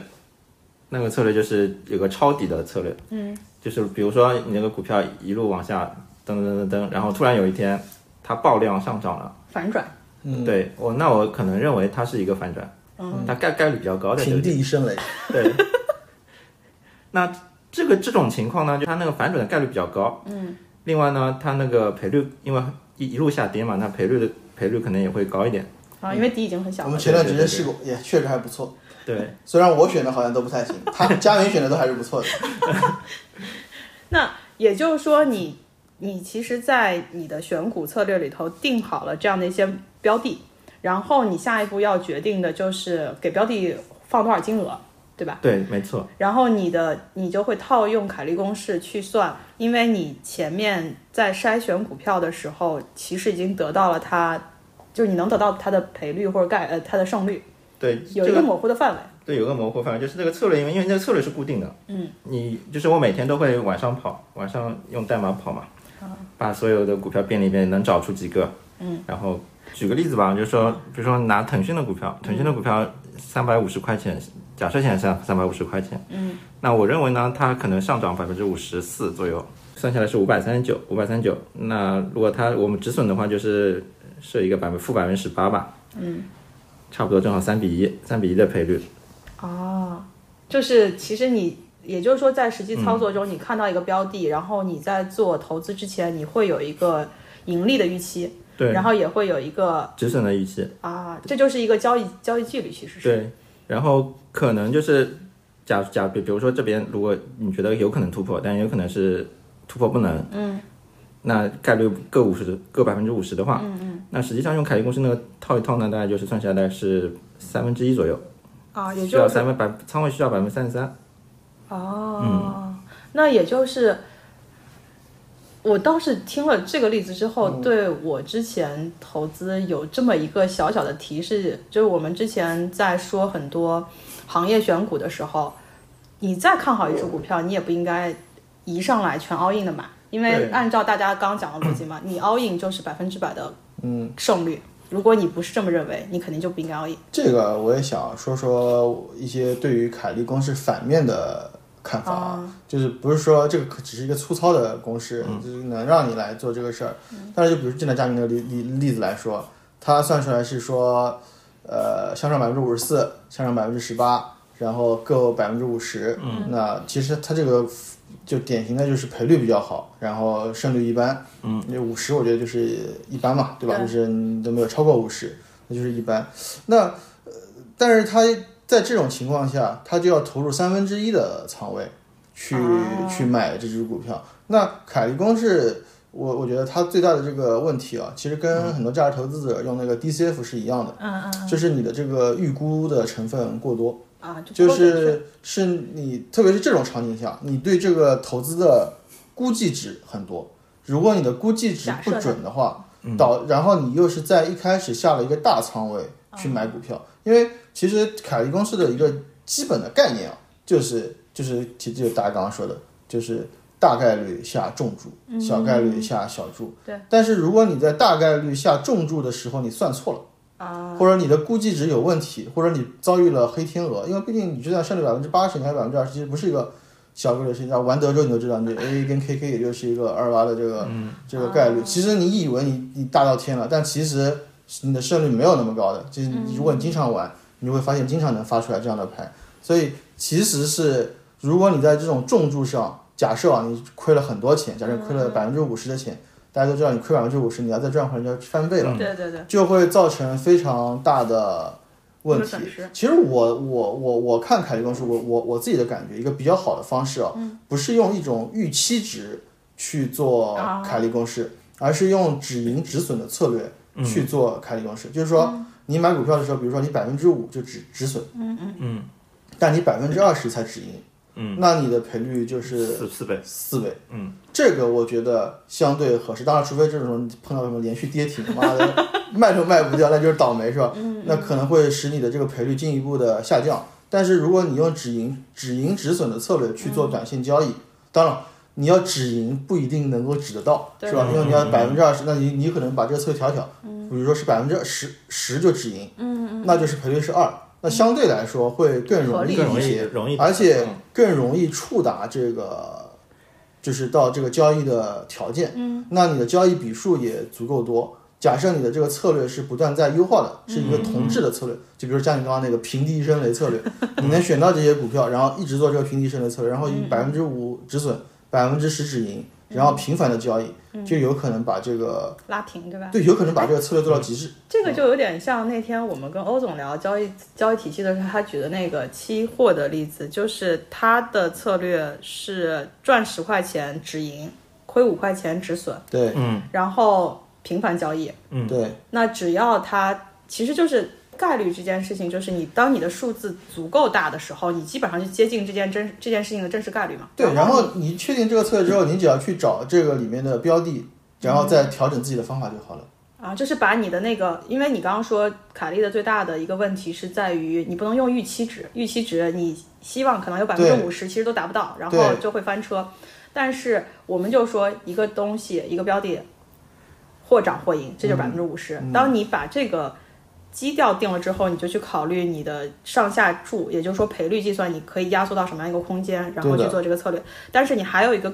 [SPEAKER 3] 那个策略就是有个抄底的策略，
[SPEAKER 2] 嗯，
[SPEAKER 3] 就是比如说你那个股票一路往下噔噔噔噔噔，然后突然有一天它爆量上涨了，
[SPEAKER 2] 反转，
[SPEAKER 1] 嗯，
[SPEAKER 3] 对我那我可能认为它是一个反转，
[SPEAKER 2] 哦
[SPEAKER 3] 嗯、它概概率比较高的
[SPEAKER 1] 平地一声雷。
[SPEAKER 3] 对，那这个这种情况呢，就它那个反转的概率比较高。嗯。另外呢，它那个赔率因为一一路下跌嘛，那赔率的赔率可能也会高一点。
[SPEAKER 2] 啊，因为底已经很小
[SPEAKER 1] 我
[SPEAKER 2] 了
[SPEAKER 1] 们，前段时间试过，也确实还不错。
[SPEAKER 3] 对，
[SPEAKER 1] 虽然我选的好像都不太行，他 佳明选的都还是不错的。
[SPEAKER 2] 那也就是说你，你其实，在你的选股策略里头定好了这样的一些标的，然后你下一步要决定的就是给标的放多少金额，对吧？
[SPEAKER 3] 对，没错，
[SPEAKER 2] 然后你的你就会套用凯利公式去算，因为你前面在筛选股票的时候，其实已经得到了它，就是你能得到它的赔率或者概呃它的胜率，
[SPEAKER 3] 对，
[SPEAKER 2] 有
[SPEAKER 3] 这
[SPEAKER 2] 一个
[SPEAKER 3] 个
[SPEAKER 2] 模糊的范围。
[SPEAKER 3] 对有个模糊范围，就是这个策略，因为因为这个策略是固定的。嗯。你就是我每天都会晚上跑，晚上用代码跑嘛，把所有的股票遍了一遍，能找出几个。嗯。然后举个例子吧，就是说，比如说拿腾讯的股票，腾讯的股票三百五十块钱，假设现在是三百五十块钱，嗯，那我认为呢，它可能上涨百分之五十四左右，算下来是五百三十九，五百三十九。那如果它我们止损的话，就是设一个百分负百分之十八吧，嗯，差不多正好三比一，三比一的赔率，
[SPEAKER 2] 啊，就是其实你，也就是说，在实
[SPEAKER 3] 嗯
[SPEAKER 2] 际操作中，你看到一个标的，然后你在做投资之前，你会有一个盈利的预期，
[SPEAKER 3] 对，
[SPEAKER 2] 然后也会有一个
[SPEAKER 3] 止损的预期，
[SPEAKER 2] 啊，这就是一个交易交易纪律，其实是
[SPEAKER 3] 对，然后可能就是假假比比如说这边如果你觉得有可能突破，但有可能是突破不能，嗯，那概率各五十各百分之五十的话，嗯嗯，那实际上用凯利公式那个套一套呢，大概就是算下来大概是三分之一左右，
[SPEAKER 2] 啊，也
[SPEAKER 3] 需要
[SPEAKER 2] 就是
[SPEAKER 3] 三分百仓位需要百分之三十三，
[SPEAKER 2] 哦，那也就是。我倒是听了这个例子之后，
[SPEAKER 1] 嗯
[SPEAKER 2] 对我之前投资有这么一个小小的提示，就是我们之前在说很多行业选股的时候，你再看好一只股票，你也不应该一上来全 all in 的买，因为
[SPEAKER 3] 对
[SPEAKER 2] 按照大家刚刚讲的逻辑嘛，你 all in 就是百分之百的
[SPEAKER 1] 嗯
[SPEAKER 2] 胜率。如果你不是这么认为，你肯定就不应该 all in。
[SPEAKER 1] 这个我也想说说一些对于凯利公式反面的看法啊，就是不是说这个可只是一个粗糙的公式，就是能让你来做这个事儿。但是就比如就拿佳明的例例例子来说，他算出来是说，呃，向上百分之五十四，向上百分之十八，然后各百分之五十。那其实他这个就典型的就是赔率比较好，然后胜率一般。嗯，那五十我觉得就是一般嘛，对吧？就是你都没有超过五十，那就是一般。那呃，但是他在这种情况下，他就要投入三分之一的仓位去、
[SPEAKER 2] 哦
[SPEAKER 1] 去买这只股票。那凯利公式，我我觉得它最大的这个问题啊，其实跟很多价值投资者用那个 DCF 是一样的，
[SPEAKER 2] 嗯嗯
[SPEAKER 1] 就是你的这个预估的成分过多。
[SPEAKER 2] 啊，就
[SPEAKER 1] 就
[SPEAKER 2] 不够准确
[SPEAKER 1] 是是你，特别是这种场景下，你对这个投资的估计值很多。如果你的估计值不准的话，导然后你又是在一开始下了一个大仓位去买股票，因为其实凯利公式的一个基本的概念啊，就是就是其实就大家刚刚说的，就是大概率下重注，小概率下小注。
[SPEAKER 2] 对，
[SPEAKER 1] 但是如果你在大概率下重注的时候，你算错了。或者你的估计值有问题，或者你遭遇了黑天鹅，因为毕竟你知道胜率百分之八十，你还百分之二十，其实不是一个小概率事件。玩德州你就知道，你 A 跟 KK 也就是一个二八的这个、这个概率。其实你以为你你大到天了，但其实你的胜率没有那么高的。就是你如果你经常玩，你会发现经常能发出来这样的牌。所以其实是，如果你在这种重注上，假设啊你亏了很多钱，假设亏了百分之五十的钱，大家都知道你嗯亏百分之五十，你要再赚回来就要翻倍了。
[SPEAKER 2] 对对对，
[SPEAKER 1] 就会造成非常大的问
[SPEAKER 4] 有
[SPEAKER 1] 题
[SPEAKER 4] 损失。
[SPEAKER 1] 其实我我我我看凯利公司，我我我自己的感觉，一个比较好的方式啊，不是用一种预期值去做
[SPEAKER 2] 啊
[SPEAKER 1] 凯利公式，而是用止盈止损的策略
[SPEAKER 3] 嗯
[SPEAKER 1] 去做凯利公式。就是说，你买股票的时候，比如说你百分之五就止止损，嗯嗯
[SPEAKER 3] 嗯，
[SPEAKER 1] 但你百分之二十才止盈，
[SPEAKER 3] 嗯，
[SPEAKER 1] 那你的赔率就是
[SPEAKER 3] 四四倍，
[SPEAKER 1] 四倍，
[SPEAKER 3] 嗯，
[SPEAKER 1] 这个我觉得相对合适。当然，除非这种碰到什么连续跌停，妈的 卖都卖不掉，那就是倒霉是吧？那可能会使你的这个赔率进一步的下降。但是如果你用止盈、止盈止损的策略去做短线交易，当然你要止盈不一定能够止得到，
[SPEAKER 2] 对
[SPEAKER 1] 是吧？因为你要
[SPEAKER 3] 嗯嗯嗯
[SPEAKER 1] 百分之二十，那你你可能把这个策略调一调，比如说是百分之十十就止盈，嗯嗯，那就是赔率是二。那相对来说会更容
[SPEAKER 2] 合
[SPEAKER 1] 易
[SPEAKER 2] 理
[SPEAKER 1] 一
[SPEAKER 3] 更容易
[SPEAKER 1] 些，
[SPEAKER 3] 容易，
[SPEAKER 1] 而且
[SPEAKER 3] 嗯
[SPEAKER 1] 更容易触达这个，就是到这个交易的条件。嗯，那你的交易笔数也足够多。假设你的这个策略是不断在优化的，是一个同质的策略，就比如像你刚刚那个平地一声雷策略，你能选到这些股票，然后一直做这个平地一声雷策略，然后
[SPEAKER 2] 嗯
[SPEAKER 1] 以百分之五止损，百分之十止盈，然后频繁的交易，就有可能把这个
[SPEAKER 2] 拉平嗯对吧？嗯
[SPEAKER 1] 对，有可能把这个策略做到极致。
[SPEAKER 2] 这个就有点像那天我们跟欧总聊交易交易体系的时候，他举的那个期货的例子，就是他的策略是赚十块钱止盈，亏五块钱止损，
[SPEAKER 1] 对
[SPEAKER 3] 嗯
[SPEAKER 2] 然后频繁交易。
[SPEAKER 3] 嗯，
[SPEAKER 1] 对，
[SPEAKER 2] 那只要他其实就是概率这件事情，就是你当你的数字足够大的时候，你基本上就接近这件真这件事情的真实概率嘛。
[SPEAKER 1] 对，然后你确定这个策略之后，你只要去找这个里面的标的，然后再调整自己的方法就好了。
[SPEAKER 2] 啊，就是把你的那个，因为你刚刚说凯利的最大的一个问题是在于你不能用预期值，预期值你希望可能有百分之五十，其实都达不到，然后
[SPEAKER 1] 对
[SPEAKER 2] 就会翻车。但是我们就说一个东西，一个标的，或涨或赢，这
[SPEAKER 1] 嗯
[SPEAKER 2] 就是百分之五十。当你把这个基调定了之后，你就去考虑你的上下注，也就是说赔率计算，你可以压缩到什么样一个空间，然后
[SPEAKER 1] 对的
[SPEAKER 2] 去做这个策略。但是你还有一个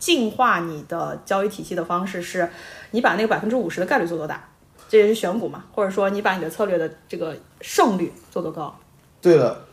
[SPEAKER 2] 进化你的交易体系的方式是，你把那个百分之五十的概率做多大，这也是选股嘛，或者说你把你的策略的这个胜率做多高。
[SPEAKER 1] 对的，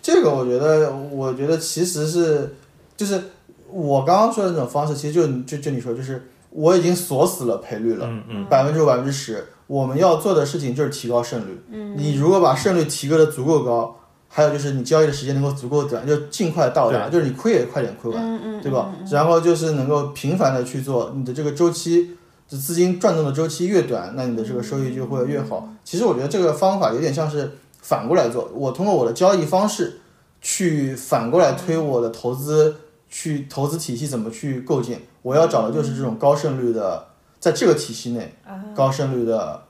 [SPEAKER 1] 这个我觉得，我觉得其实是，就是我刚刚说的那种方式，其实就就就你说，就是我已经锁死了赔率了，
[SPEAKER 3] 嗯嗯
[SPEAKER 1] 百分之百分之十。我们要做的事情就是提高胜率。嗯，你如果把胜率提高的足够高，还有就是你交易的时间能够足够短，就尽快到达，就是你亏也快点亏完，对吧？然后就是能够频繁的去做，你的这个周期，就资金转动的周期越短，那你的这个收益就会越好。其实我觉得这个方法有点像是反过来做，我通过我的交易方式去反过来推我的投资，去投资体系怎么去构建。我要找的就是这种高胜率的，在这个体系内
[SPEAKER 2] 啊
[SPEAKER 1] 高胜率的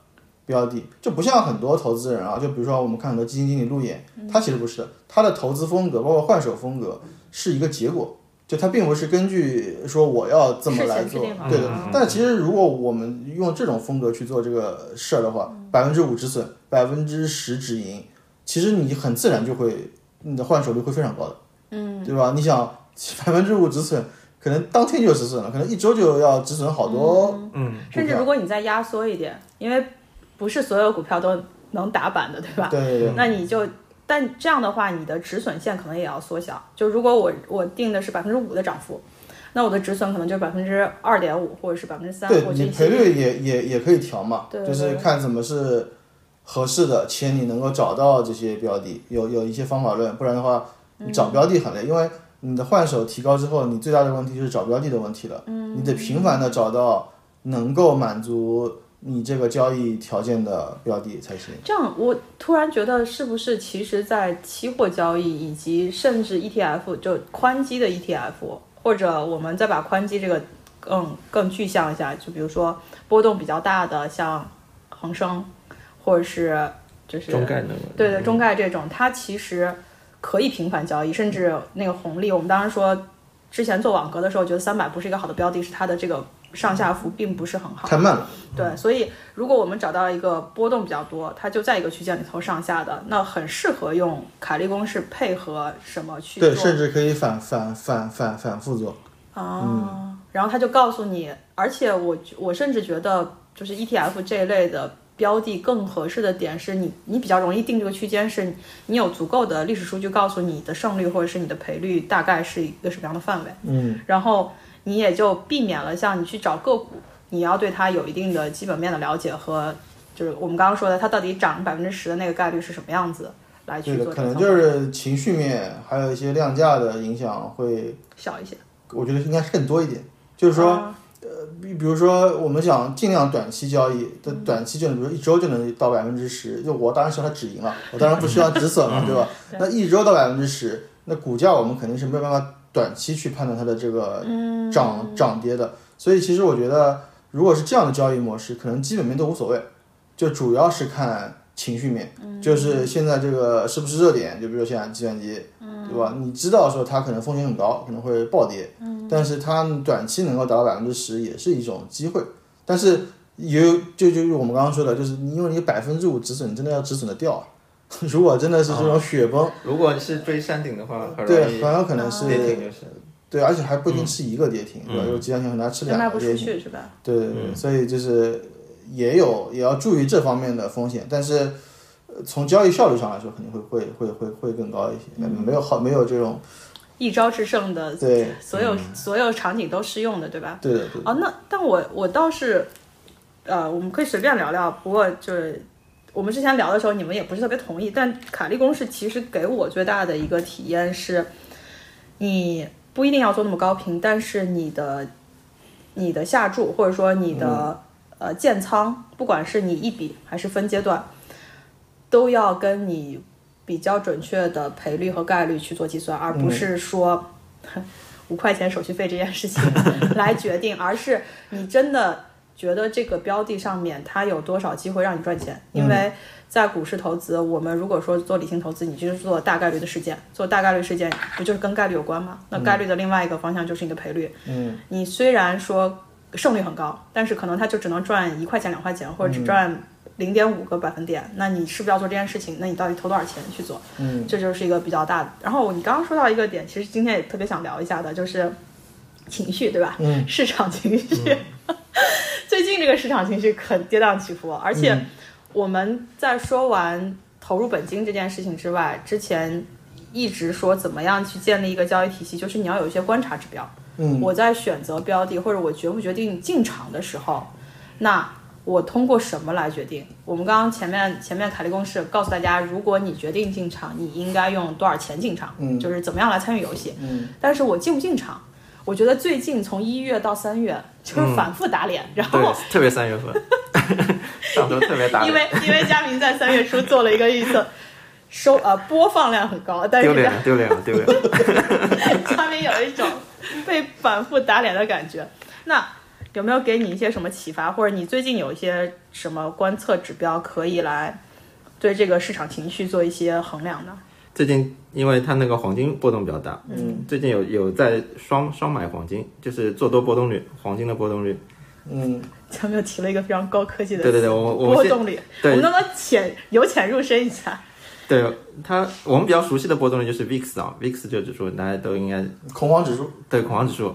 [SPEAKER 1] 标的，就不像很多投资人啊，就比如说我们看很多基金经理路演，
[SPEAKER 2] 嗯
[SPEAKER 1] 他其实不是的，他的投资风格包括换手风格是一个结果，就他并不是根据说我要怎么来做
[SPEAKER 2] 事前制定啊好，的
[SPEAKER 1] 对的
[SPEAKER 3] 嗯。
[SPEAKER 1] 但其实如果我们用这种风格去做这个事儿的话，百分之五止损，百分之十止盈，其实你很自然就会你的换手率会非常高的，嗯，对吧？你想 百分之五止损。可能当天就止损了，可能一周就要止损好多哦
[SPEAKER 3] 嗯，
[SPEAKER 2] 甚至如果你再压缩一点，因为不是所有股票都能打板的，对吧？
[SPEAKER 1] 对对对，
[SPEAKER 2] 那你就，但这样的话，你的止损线可能也要缩小。就如果我我定的是百分之五的涨幅，那我的止损可能就是百分之二点五或者是百分之三。
[SPEAKER 1] 对
[SPEAKER 2] 我
[SPEAKER 1] 你
[SPEAKER 2] 这
[SPEAKER 1] 赔
[SPEAKER 2] 些
[SPEAKER 1] 率也也也可以调嘛，
[SPEAKER 2] 对
[SPEAKER 1] 就是
[SPEAKER 2] 对
[SPEAKER 1] 看怎么是合适的，且你能够找到这些标的，有有一些方法论，不然的话，
[SPEAKER 2] 嗯
[SPEAKER 1] 你找标的很累，因为你的换手提高之后，你最大的问题就是找标的的问题了，
[SPEAKER 2] 嗯
[SPEAKER 1] 你得频繁的找到能够满足你这个交易条件的标的才行。
[SPEAKER 2] 这样，我突然觉得是不是其实，在期货交易以及甚至 ETF 就宽基的 ETF，或者我们再把宽基这个更更具象一下，就比如说波动比较大的，像恒生，或者是就是
[SPEAKER 3] 中概能啊嗯力
[SPEAKER 2] 对对，中概这种，它其实可以频繁交易，甚至那个红利，我们当时说之前做网格的时候，觉得三百不是一个好的标的，是它的这个上下幅并不是很好。
[SPEAKER 1] 太慢了，
[SPEAKER 2] 对，所以如果我们找到一个波动比较多，它就在一个区间里头上下的，那很适合用凯利公式配合什么去做
[SPEAKER 1] 对，甚至可以反反反反反复做。
[SPEAKER 2] 啊、
[SPEAKER 1] 嗯
[SPEAKER 2] 然后它就告诉你，而且我我甚至觉得就是 ETF 这一类的。标的更合适的点是你，你比较容易定这个区间，是你你有足够的历史数据告诉你的胜率或者是你的赔率大概是一个什么样的范围。
[SPEAKER 1] 嗯，
[SPEAKER 2] 然后你也就避免了像你去找个股，你要对它有一定的基本面的了解和就是我们刚刚说的，它到底涨百分之十的那个概率是什么样子来去
[SPEAKER 1] 对的，
[SPEAKER 2] 做
[SPEAKER 1] 可
[SPEAKER 2] 这个
[SPEAKER 1] 能
[SPEAKER 2] 操
[SPEAKER 1] 就
[SPEAKER 2] 作，
[SPEAKER 1] 是情绪面，还有一些量价的影响会，
[SPEAKER 2] 小一些。
[SPEAKER 1] 我觉得应该是更多一点。就是说，呃
[SPEAKER 2] 啊
[SPEAKER 1] 比比如说我们讲尽量短期交易的短期就能，比如说一周就能到百分之十，就我当然希望它止盈了，我当然不希望止损了，对吧？那一周到百分之十，那股价我们肯定是没有办法短期去判断它的这个涨涨跌的，所以其实我觉得，如果是这样的交易模式，可能基本面都无所谓，就主要是看情绪面，就是现在这个是不是热点，就比如说现在计算机，对吧？你知道说它可能风险很高，可能会暴跌，
[SPEAKER 2] 嗯
[SPEAKER 1] 但是它短期能够达到百分之十也是一种机会，但是也有就就是我们刚刚说的，就是你因为你百分之五止损，真的要止损的掉啊。 如果真的是这种雪崩，
[SPEAKER 3] 如果是追山顶的话，啊很容
[SPEAKER 1] 对，
[SPEAKER 3] 易
[SPEAKER 1] 很有可能是
[SPEAKER 2] 嗯
[SPEAKER 3] 跌停，就是
[SPEAKER 1] 对，而且还不一定吃一个跌停，对吧？
[SPEAKER 3] 嗯
[SPEAKER 1] 有几两天可能还吃
[SPEAKER 2] 就卖
[SPEAKER 1] 两
[SPEAKER 2] 不
[SPEAKER 1] 个
[SPEAKER 2] 出
[SPEAKER 1] 跌停，
[SPEAKER 2] 去是吧？
[SPEAKER 1] 对对对，所以就是也有也要注意这方面的风险，但是呃从交易效率上来说，肯定会会会会会更高一些，
[SPEAKER 2] 嗯
[SPEAKER 1] 没有好没有这种
[SPEAKER 2] 一招制胜的，
[SPEAKER 1] 对
[SPEAKER 2] 所有、所有场景都适用的，对吧？
[SPEAKER 1] 对的对的，
[SPEAKER 2] 哦，那但我我倒是，呃，我们可以随便聊聊。不过就是我们之前聊的时候，你们也不是特别同意。但卡利公式其实给我最大的一个体验是，你不一定要做那么高频，但是你的你的下注或者说你的、呃建仓，不管是你一笔还是分阶段，都要跟你比较准确的赔率和概率去做计算，而不是说。五块钱手续费这件事情 来决定，而是你真的觉得这个标的上面它有多少机会让你赚钱。因为在股市投资，我们如果说做理性投资，你就是做大概率的事件，做大概率事件不就是跟概率有关吗？那概率的另外一个方向就是你的赔率。嗯，你虽然说胜率很高，但是可能它就只能赚一块钱、两块钱，或者只赚。零点五个百分点，那你是不是要做这件事情？那你到底投多少钱去做？嗯，这就是一个比较大的。然后你刚刚说到一个点，其实今天也特别想聊一下的，就是情绪，对吧？嗯，市场情绪， 最近这个市场情绪可跌宕起伏，而且我们在说完投入本金这件事情之外，之前一直说怎么样去建立一个交易体系，就是你要有一些观察指标。
[SPEAKER 1] 嗯，
[SPEAKER 2] 我在选择标的或者我决不决定进场的时候，那我通过什么来决定？我们刚刚前面前面凯利公式告诉大家，如果你决定进场，你应该用多少钱进场，
[SPEAKER 1] 嗯
[SPEAKER 2] 就是怎么样来参与游戏。
[SPEAKER 1] 嗯，
[SPEAKER 2] 但是我进不进场，我觉得最近从一月到三月就是反复打脸，然后
[SPEAKER 3] 对，特别三月份， 上周特别打脸
[SPEAKER 2] 因为因为佳明在三月初做了一个预 测，收呃播放量很高，但
[SPEAKER 3] 丢
[SPEAKER 2] 是
[SPEAKER 3] 脸了，丢脸了，丢脸了。
[SPEAKER 2] 下面有一种被反复打脸的感觉。那有没有给你一些什么启发，或者你最近有一些什么观测指标可以来对这个市场情绪做一些衡量呢？
[SPEAKER 3] 最近因为它那个黄金波动比较大，嗯，最近有有在双双买黄金，就是做多波动率，黄金的波动率。
[SPEAKER 1] 嗯，
[SPEAKER 2] 前面提了一个非常高科技的
[SPEAKER 3] 对对对，我我
[SPEAKER 2] 波
[SPEAKER 3] 们现
[SPEAKER 2] 动率，我
[SPEAKER 3] 对
[SPEAKER 2] 们能不能浅由浅入深一下？
[SPEAKER 3] 对它我们比较熟悉的波动率就是 VIX 啊，VIX 这个指数大家都应该
[SPEAKER 1] 恐慌指数，
[SPEAKER 3] 对恐慌指数，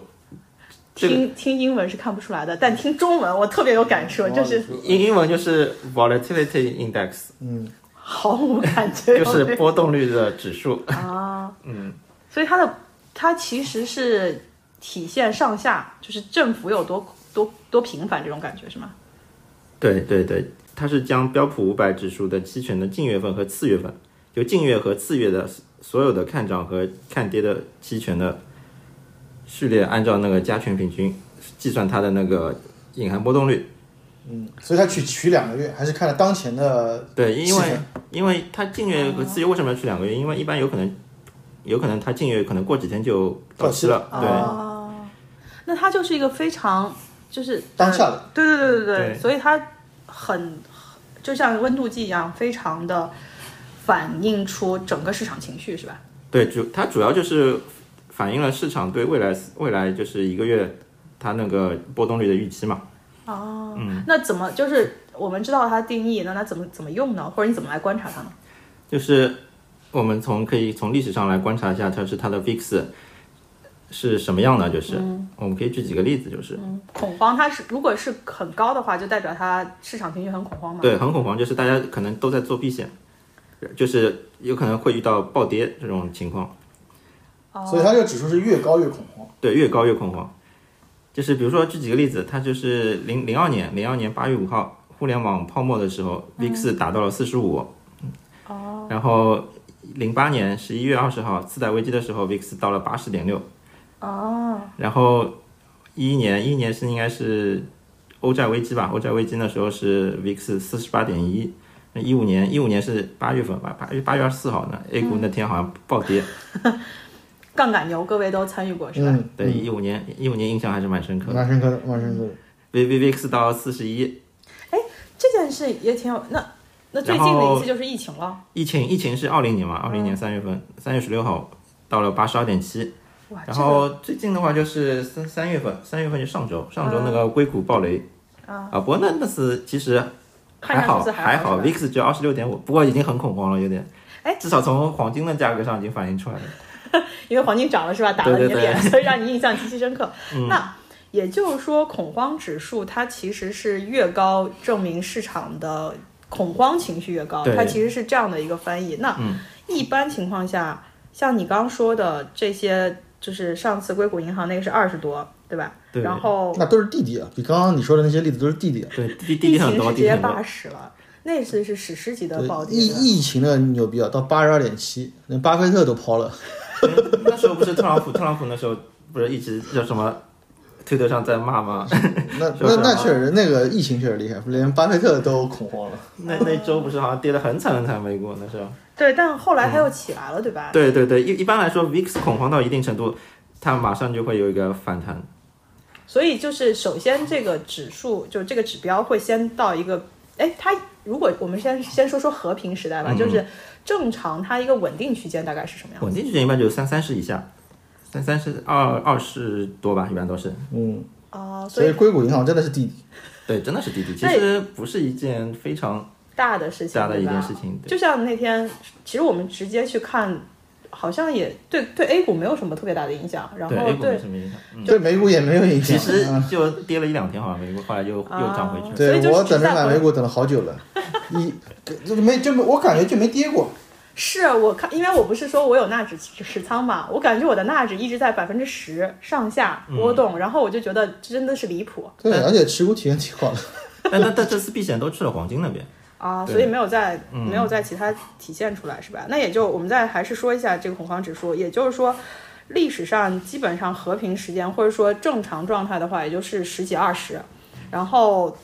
[SPEAKER 3] 这个
[SPEAKER 2] 听听英文是看不出来的，但听中文我特别有感受，
[SPEAKER 3] 嗯
[SPEAKER 1] 恐
[SPEAKER 2] 就
[SPEAKER 1] 慌指
[SPEAKER 2] 是
[SPEAKER 1] 数嗯
[SPEAKER 3] 英英文就是 volatility index，
[SPEAKER 2] 毫无感觉，
[SPEAKER 3] 就是波动率的指数。
[SPEAKER 2] 啊，嗯，所以它的它其实是体现上下，就是振幅有多多多频繁这种感觉是吗？
[SPEAKER 3] 对对对，它是将标普五百指数的期权的近月份和次月份，就近月和次月的所有的看涨和看跌的期权的序列，按照那个加权平均计算它的那个隐含波动率。
[SPEAKER 1] 所以它取取两个月，还是看了当前的
[SPEAKER 3] 对，因为
[SPEAKER 1] 是的
[SPEAKER 3] 因为它近月和次月为什么要取两个月？因为一般有可能有可能它近月可能过几天就到期了，
[SPEAKER 2] 哦
[SPEAKER 3] 对。
[SPEAKER 2] 那它就是一个非常就是呃
[SPEAKER 1] 当下的，
[SPEAKER 2] 对对对对对，
[SPEAKER 3] 对
[SPEAKER 2] 所以它很就像温度计一样，非常的反映出整个市场情绪是吧？
[SPEAKER 3] 对，主它主要就是反映了市场对未来未来就是一个月它那个波动率的预期嘛。
[SPEAKER 2] 那怎么就是我们知道它的定义，那它怎么怎么用呢？或者你怎么来观察它呢？
[SPEAKER 3] 就是我们从可以从历史上来观察一下，它是它的 VIX 是什么样的，就是、我们可以举几个例子，就是、
[SPEAKER 2] 恐慌，它是如果是很高的话，就代表它市场情绪很恐慌嘛？
[SPEAKER 3] 对很恐慌，就是大家可能都在做避险，就是有可能会遇到暴跌这种情况，
[SPEAKER 2] 哦
[SPEAKER 1] 所以它这个指数是越高越恐慌。
[SPEAKER 3] 对，越高越恐慌。就是比如说举几个例子，它就是零零二年零二年八月五号，互联网泡沫的时候，VIX 达到了四十五。哦。然后零八年十一月二十号次贷危机的时候，VIX 到了八十点六。
[SPEAKER 2] 哦，
[SPEAKER 3] 然后一一年，一一年是应该是欧债危机吧？欧债危机那时候是 VIX 四十八点一。那一五年，一五年是八月份吧？八月八月二十四号呢，A 股那天好像暴跌。
[SPEAKER 2] 杠杆牛各位都参与过是吧？
[SPEAKER 1] 嗯，
[SPEAKER 3] 对，一五年一五年印象还是蛮深刻的。
[SPEAKER 1] 蛮深刻的，蛮深刻的。
[SPEAKER 3] V V V X 到四十一，
[SPEAKER 2] 这件事也挺有那那最近
[SPEAKER 3] 然
[SPEAKER 2] 的
[SPEAKER 3] 后
[SPEAKER 2] 一次就是疫情了，
[SPEAKER 3] 疫情疫情是二零年嘛？二零
[SPEAKER 2] 嗯
[SPEAKER 3] 年三月份，三、月十六号到了八十二点七。
[SPEAKER 2] 哇，
[SPEAKER 3] 然
[SPEAKER 2] 啊这个
[SPEAKER 3] 后最近的话就是三三月份，三月份就上周，上周那
[SPEAKER 2] 嗯
[SPEAKER 3] 个硅谷暴雷啊不过那那次其实
[SPEAKER 2] 看上
[SPEAKER 3] 好
[SPEAKER 2] 去是
[SPEAKER 3] 还
[SPEAKER 2] 好是吧
[SPEAKER 3] VIX 只有二十六点五，不过已经很恐慌了，有点。
[SPEAKER 2] 哎
[SPEAKER 3] 至少从黄金的价格上已经反映出来了。
[SPEAKER 2] 因为黄金涨了是吧？打了你的
[SPEAKER 3] 对对嗯
[SPEAKER 2] 脸，所以让你印象极其深刻。那也就是说，恐慌指数它其实是越高，证明市场的恐慌情绪越高，
[SPEAKER 3] 对
[SPEAKER 2] 它其实是这样的一个翻译。那
[SPEAKER 3] 嗯
[SPEAKER 2] 一般情况下，像你刚刚说的这些，就是上次硅谷银行那个是二十多，对吧？
[SPEAKER 3] 对
[SPEAKER 2] 然后
[SPEAKER 1] 那都是弟弟啊，比刚刚你说的那些例子都是弟弟啊。
[SPEAKER 3] 对，滴滴
[SPEAKER 2] 疫
[SPEAKER 3] 滴很
[SPEAKER 2] 情
[SPEAKER 3] 多，
[SPEAKER 2] 是直
[SPEAKER 3] 滴滴
[SPEAKER 2] 接
[SPEAKER 3] 很多
[SPEAKER 2] 八。十了，那次是史诗级的
[SPEAKER 1] 对
[SPEAKER 2] 暴，跌。
[SPEAKER 1] 疫疫情的牛逼啊，到八十二点七，连巴菲特都抛 了。
[SPEAKER 3] 哎那时候不是特朗普，特朗普那时候不是一直叫什么，推特上在骂吗？
[SPEAKER 1] 那
[SPEAKER 3] 是啊
[SPEAKER 1] 那
[SPEAKER 3] 吧
[SPEAKER 1] 那确实，那个疫情确实厉害，连巴菲特都恐慌了。
[SPEAKER 2] 哦
[SPEAKER 3] 那那周不是好像跌得很惨很惨，美股那时候。
[SPEAKER 2] 对，但后来它又起来了，对吧？
[SPEAKER 3] 对对对，一一般来说，VIX 恐慌到一定程度，它马上就会有一个反弹。
[SPEAKER 2] 所以就是首先这个指数，就这个指标会先到一个，哎，它如果我们先先说说和平时
[SPEAKER 3] 嗯
[SPEAKER 2] 代吧，就是正常它一个稳定区间大概是什么样？
[SPEAKER 3] 稳定区间一般就是三三十以下，三三十二二十多吧，一般都是。
[SPEAKER 1] 嗯，
[SPEAKER 2] 哦、所
[SPEAKER 1] 所以
[SPEAKER 2] 以
[SPEAKER 1] 硅谷银行真的是弟弟。
[SPEAKER 3] 对，真的是滴滴，其
[SPEAKER 2] 那
[SPEAKER 3] 实不是一件非常
[SPEAKER 2] 大的事情，
[SPEAKER 3] 大的一
[SPEAKER 2] 对吧
[SPEAKER 3] 件事情。对
[SPEAKER 2] 就像那天，其实我们直接去看，好像也对对 A 股没有什么特别大的影响，然后
[SPEAKER 3] 对 A 股没
[SPEAKER 2] 对
[SPEAKER 3] 什么影 响。嗯
[SPEAKER 1] 对美股也没有影响。
[SPEAKER 3] 其实
[SPEAKER 1] 嗯
[SPEAKER 3] 就跌了一两天，好像美股后来又又涨回去了。
[SPEAKER 2] 所
[SPEAKER 1] 对
[SPEAKER 2] 以就是
[SPEAKER 1] 我等着
[SPEAKER 2] 在
[SPEAKER 1] 买
[SPEAKER 2] 回
[SPEAKER 1] 美股等了好久了，一就没就没，我感觉就没跌过。
[SPEAKER 2] 是啊我看，因为我不是说我有纳指持仓嘛，我感觉我的纳指一直在百分之十上下
[SPEAKER 3] 嗯
[SPEAKER 2] 波动，然后我就觉得真的是离谱
[SPEAKER 1] 对，而且持股体验挺好的。
[SPEAKER 3] 但但但这次避险都去了黄金那边。
[SPEAKER 2] 啊，
[SPEAKER 3] 对
[SPEAKER 2] 所以没有在、没有在其他体现出来是吧？那也就我们再还是说一下这个恐慌指数，也就是说。历史上基本上和平时间或者说正常状态的话，也就是十几二十。然后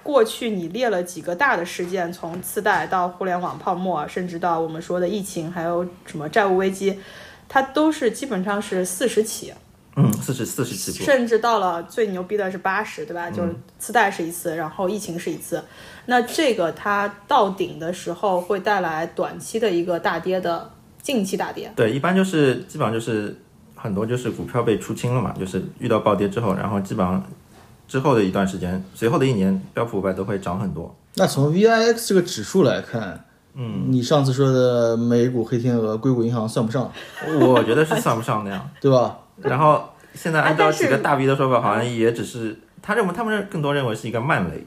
[SPEAKER 2] 过去你列了几个大的事件，从次贷到互联网泡沫，甚至到我们说的疫情，还有什么债务危机，它都是基本上是四十起，
[SPEAKER 3] 嗯，四十四十起步。
[SPEAKER 2] 甚至到了最牛逼的是八十，对吧？就是次贷是一次，然后疫情是一次。那这个它到顶的时候会带来短期的一个大跌的近期大跌，
[SPEAKER 3] 对，一般就是基本上就是很多就是股票被出清了嘛，就是遇到暴跌之后，然后基本上之后的一段时间，随后的一年，标普五百都会涨很多。
[SPEAKER 1] 那从 VIX 这个指数来看，嗯，你上次说的美股黑天鹅、硅谷银行算不上，
[SPEAKER 3] 我觉得是算不上那样。
[SPEAKER 1] 对 吧？
[SPEAKER 3] 然后现在按照
[SPEAKER 2] 哎但是
[SPEAKER 3] 几个大 V 的说法，好像也只是他认为他们更多认为是一个慢雷，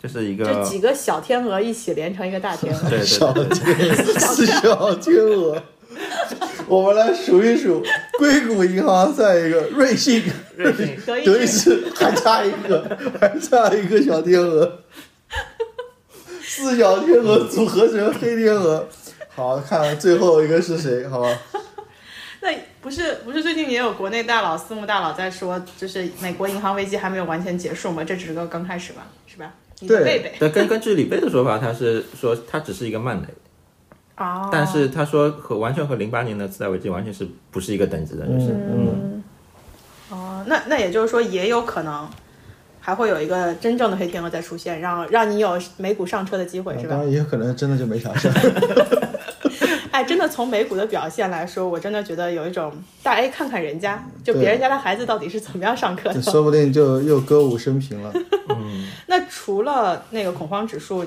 [SPEAKER 3] 就是一个
[SPEAKER 2] 就几个小天鹅一起连成一个大 天鹅。
[SPEAKER 3] 对
[SPEAKER 1] 小
[SPEAKER 3] 对
[SPEAKER 1] 天四小天鹅，我们来数一数，硅谷银行算一个，瑞信、
[SPEAKER 3] 瑞幸
[SPEAKER 2] 德意
[SPEAKER 1] 德意
[SPEAKER 2] 志
[SPEAKER 1] 志还差一个，还差一个小天鹅，四小天鹅组合成黑天鹅。好，看最后一个是谁？好吧，
[SPEAKER 4] 那不是不是最近也有国内大佬、私募大佬在说，就是美国银行危机还没有完全结束吗？这只是个刚开始吧，是吧？你的
[SPEAKER 1] 对
[SPEAKER 4] 贝贝
[SPEAKER 3] 对，根根据李贝的说法，他是说他只是一个慢雷，
[SPEAKER 2] 啊，
[SPEAKER 3] 但是他说和完全和零八年的次贷危机完全是不是一个等级的，就是
[SPEAKER 1] 嗯
[SPEAKER 2] 哦，那那也就是说也有可能还会有一个真正的黑天鹅再出现，让让你有美股上车的机会是
[SPEAKER 1] 嗯，
[SPEAKER 2] 吧
[SPEAKER 1] 当？然也有可能真的就没啥事儿。
[SPEAKER 2] 哎，真的从美股的表现来说，我真的觉得有一种大 A 看看人家，就别人家的孩子到底是怎么样上课
[SPEAKER 1] 就
[SPEAKER 2] 的。
[SPEAKER 1] 说不定就又歌舞升平了。
[SPEAKER 2] 那除了那个恐慌指数，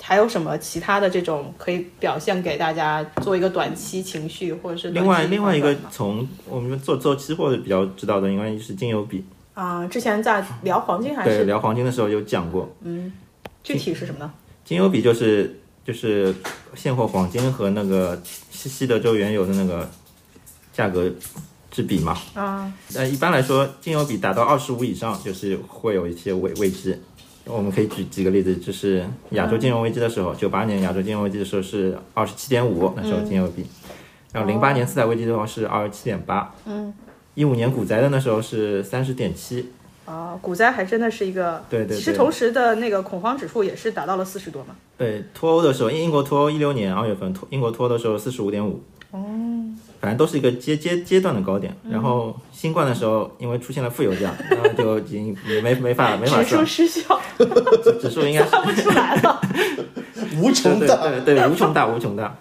[SPEAKER 2] 还有什么其他的这种可以表现给大家做一个短期情绪或者是短
[SPEAKER 3] 另外
[SPEAKER 2] 期
[SPEAKER 3] 另外一个
[SPEAKER 2] 判断吗
[SPEAKER 3] 从我们做做期货的比较知道的，应该是金油比，
[SPEAKER 2] 啊、之前在聊黄金还
[SPEAKER 3] 对，
[SPEAKER 2] 是
[SPEAKER 3] 聊黄金的时候有讲过，
[SPEAKER 2] 具体是什么呢？
[SPEAKER 3] 金油比就是就是现货黄金和那个西西德州原油的那个价格之比嘛。呃
[SPEAKER 2] 啊、
[SPEAKER 3] 但一般来说，金油比达到二十五以上，就是会有一些危危机。我们可以举几个例子，就是亚
[SPEAKER 2] 嗯
[SPEAKER 3] 洲金融危机的时候，九八年亚洲金融危机的时候是二十七点五，那
[SPEAKER 2] 嗯
[SPEAKER 3] 时候金牛币，然后零八年次贷危机的时候是二十七点八，
[SPEAKER 2] 哦嗯，
[SPEAKER 3] 一五年股灾的那时候是三十点七，
[SPEAKER 2] 啊，股灾还真的是一个，
[SPEAKER 3] 对对对
[SPEAKER 2] 其实同时的那个恐慌指数也是达到了四十多嘛，
[SPEAKER 3] 对，脱欧的时候，英英国脱欧一六年二月份，脱英国脱欧的时候四十五点五。反正都是一个阶阶阶段的高点。然后新冠的时候，因为出现了负油价， 然后就已经也没没法没法
[SPEAKER 2] 指数
[SPEAKER 3] 算，
[SPEAKER 2] 失效，
[SPEAKER 3] 指数应该是
[SPEAKER 2] 看不出来了。
[SPEAKER 1] 无
[SPEAKER 3] 对
[SPEAKER 1] 穷
[SPEAKER 3] 对
[SPEAKER 1] 大。
[SPEAKER 3] 对对无穷大无穷大。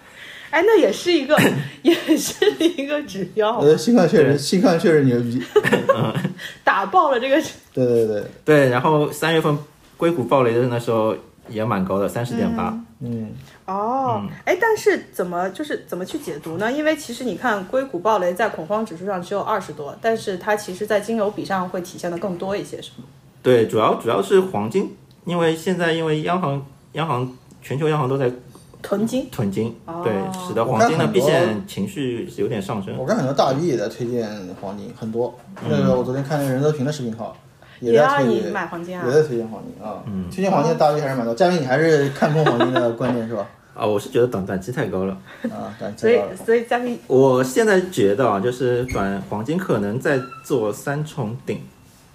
[SPEAKER 2] 哎，那也是 一个，也是一个指标，
[SPEAKER 1] 呃，新冠确实，新冠确实牛 逼。
[SPEAKER 2] 打爆了这个
[SPEAKER 1] 对对对，
[SPEAKER 3] 对，然后三月份硅谷暴雷的那时候也蛮高的，三十点八。
[SPEAKER 1] 嗯，
[SPEAKER 2] 哦，哎，但是怎么就是怎么去解读呢？因为其实你看硅谷暴雷在恐慌指数上只有二十多，但是它其实在金牛比上会体现的更多一些，是吗？
[SPEAKER 3] 对，主要主要是黄金，因为现在因为央行央行全球央行都在
[SPEAKER 2] 囤金
[SPEAKER 3] 囤金，对，使得
[SPEAKER 1] 我
[SPEAKER 3] 黄
[SPEAKER 1] 看
[SPEAKER 3] 金的
[SPEAKER 1] 很
[SPEAKER 3] 避
[SPEAKER 1] 多
[SPEAKER 3] 险情绪是有点上升。
[SPEAKER 1] 我看很多大 V 也在推荐黄金，很多。那个我昨天看那个任泽平的视频号，
[SPEAKER 2] 也
[SPEAKER 1] 在
[SPEAKER 2] 让
[SPEAKER 1] 推
[SPEAKER 2] 你
[SPEAKER 1] 荐，
[SPEAKER 2] 买黄金啊
[SPEAKER 1] 也？在推荐黄金啊。推荐黄金的大 V 还是蛮多。嘉宾，你还是看空黄金的观念是吧？
[SPEAKER 3] 啊、我是觉得短短期太高了。
[SPEAKER 1] 啊，感
[SPEAKER 2] 所
[SPEAKER 1] 谢
[SPEAKER 2] 以
[SPEAKER 1] 到了。
[SPEAKER 2] 所以嘉宾
[SPEAKER 3] 我现在觉得啊，就是短黄金可能在做三重顶，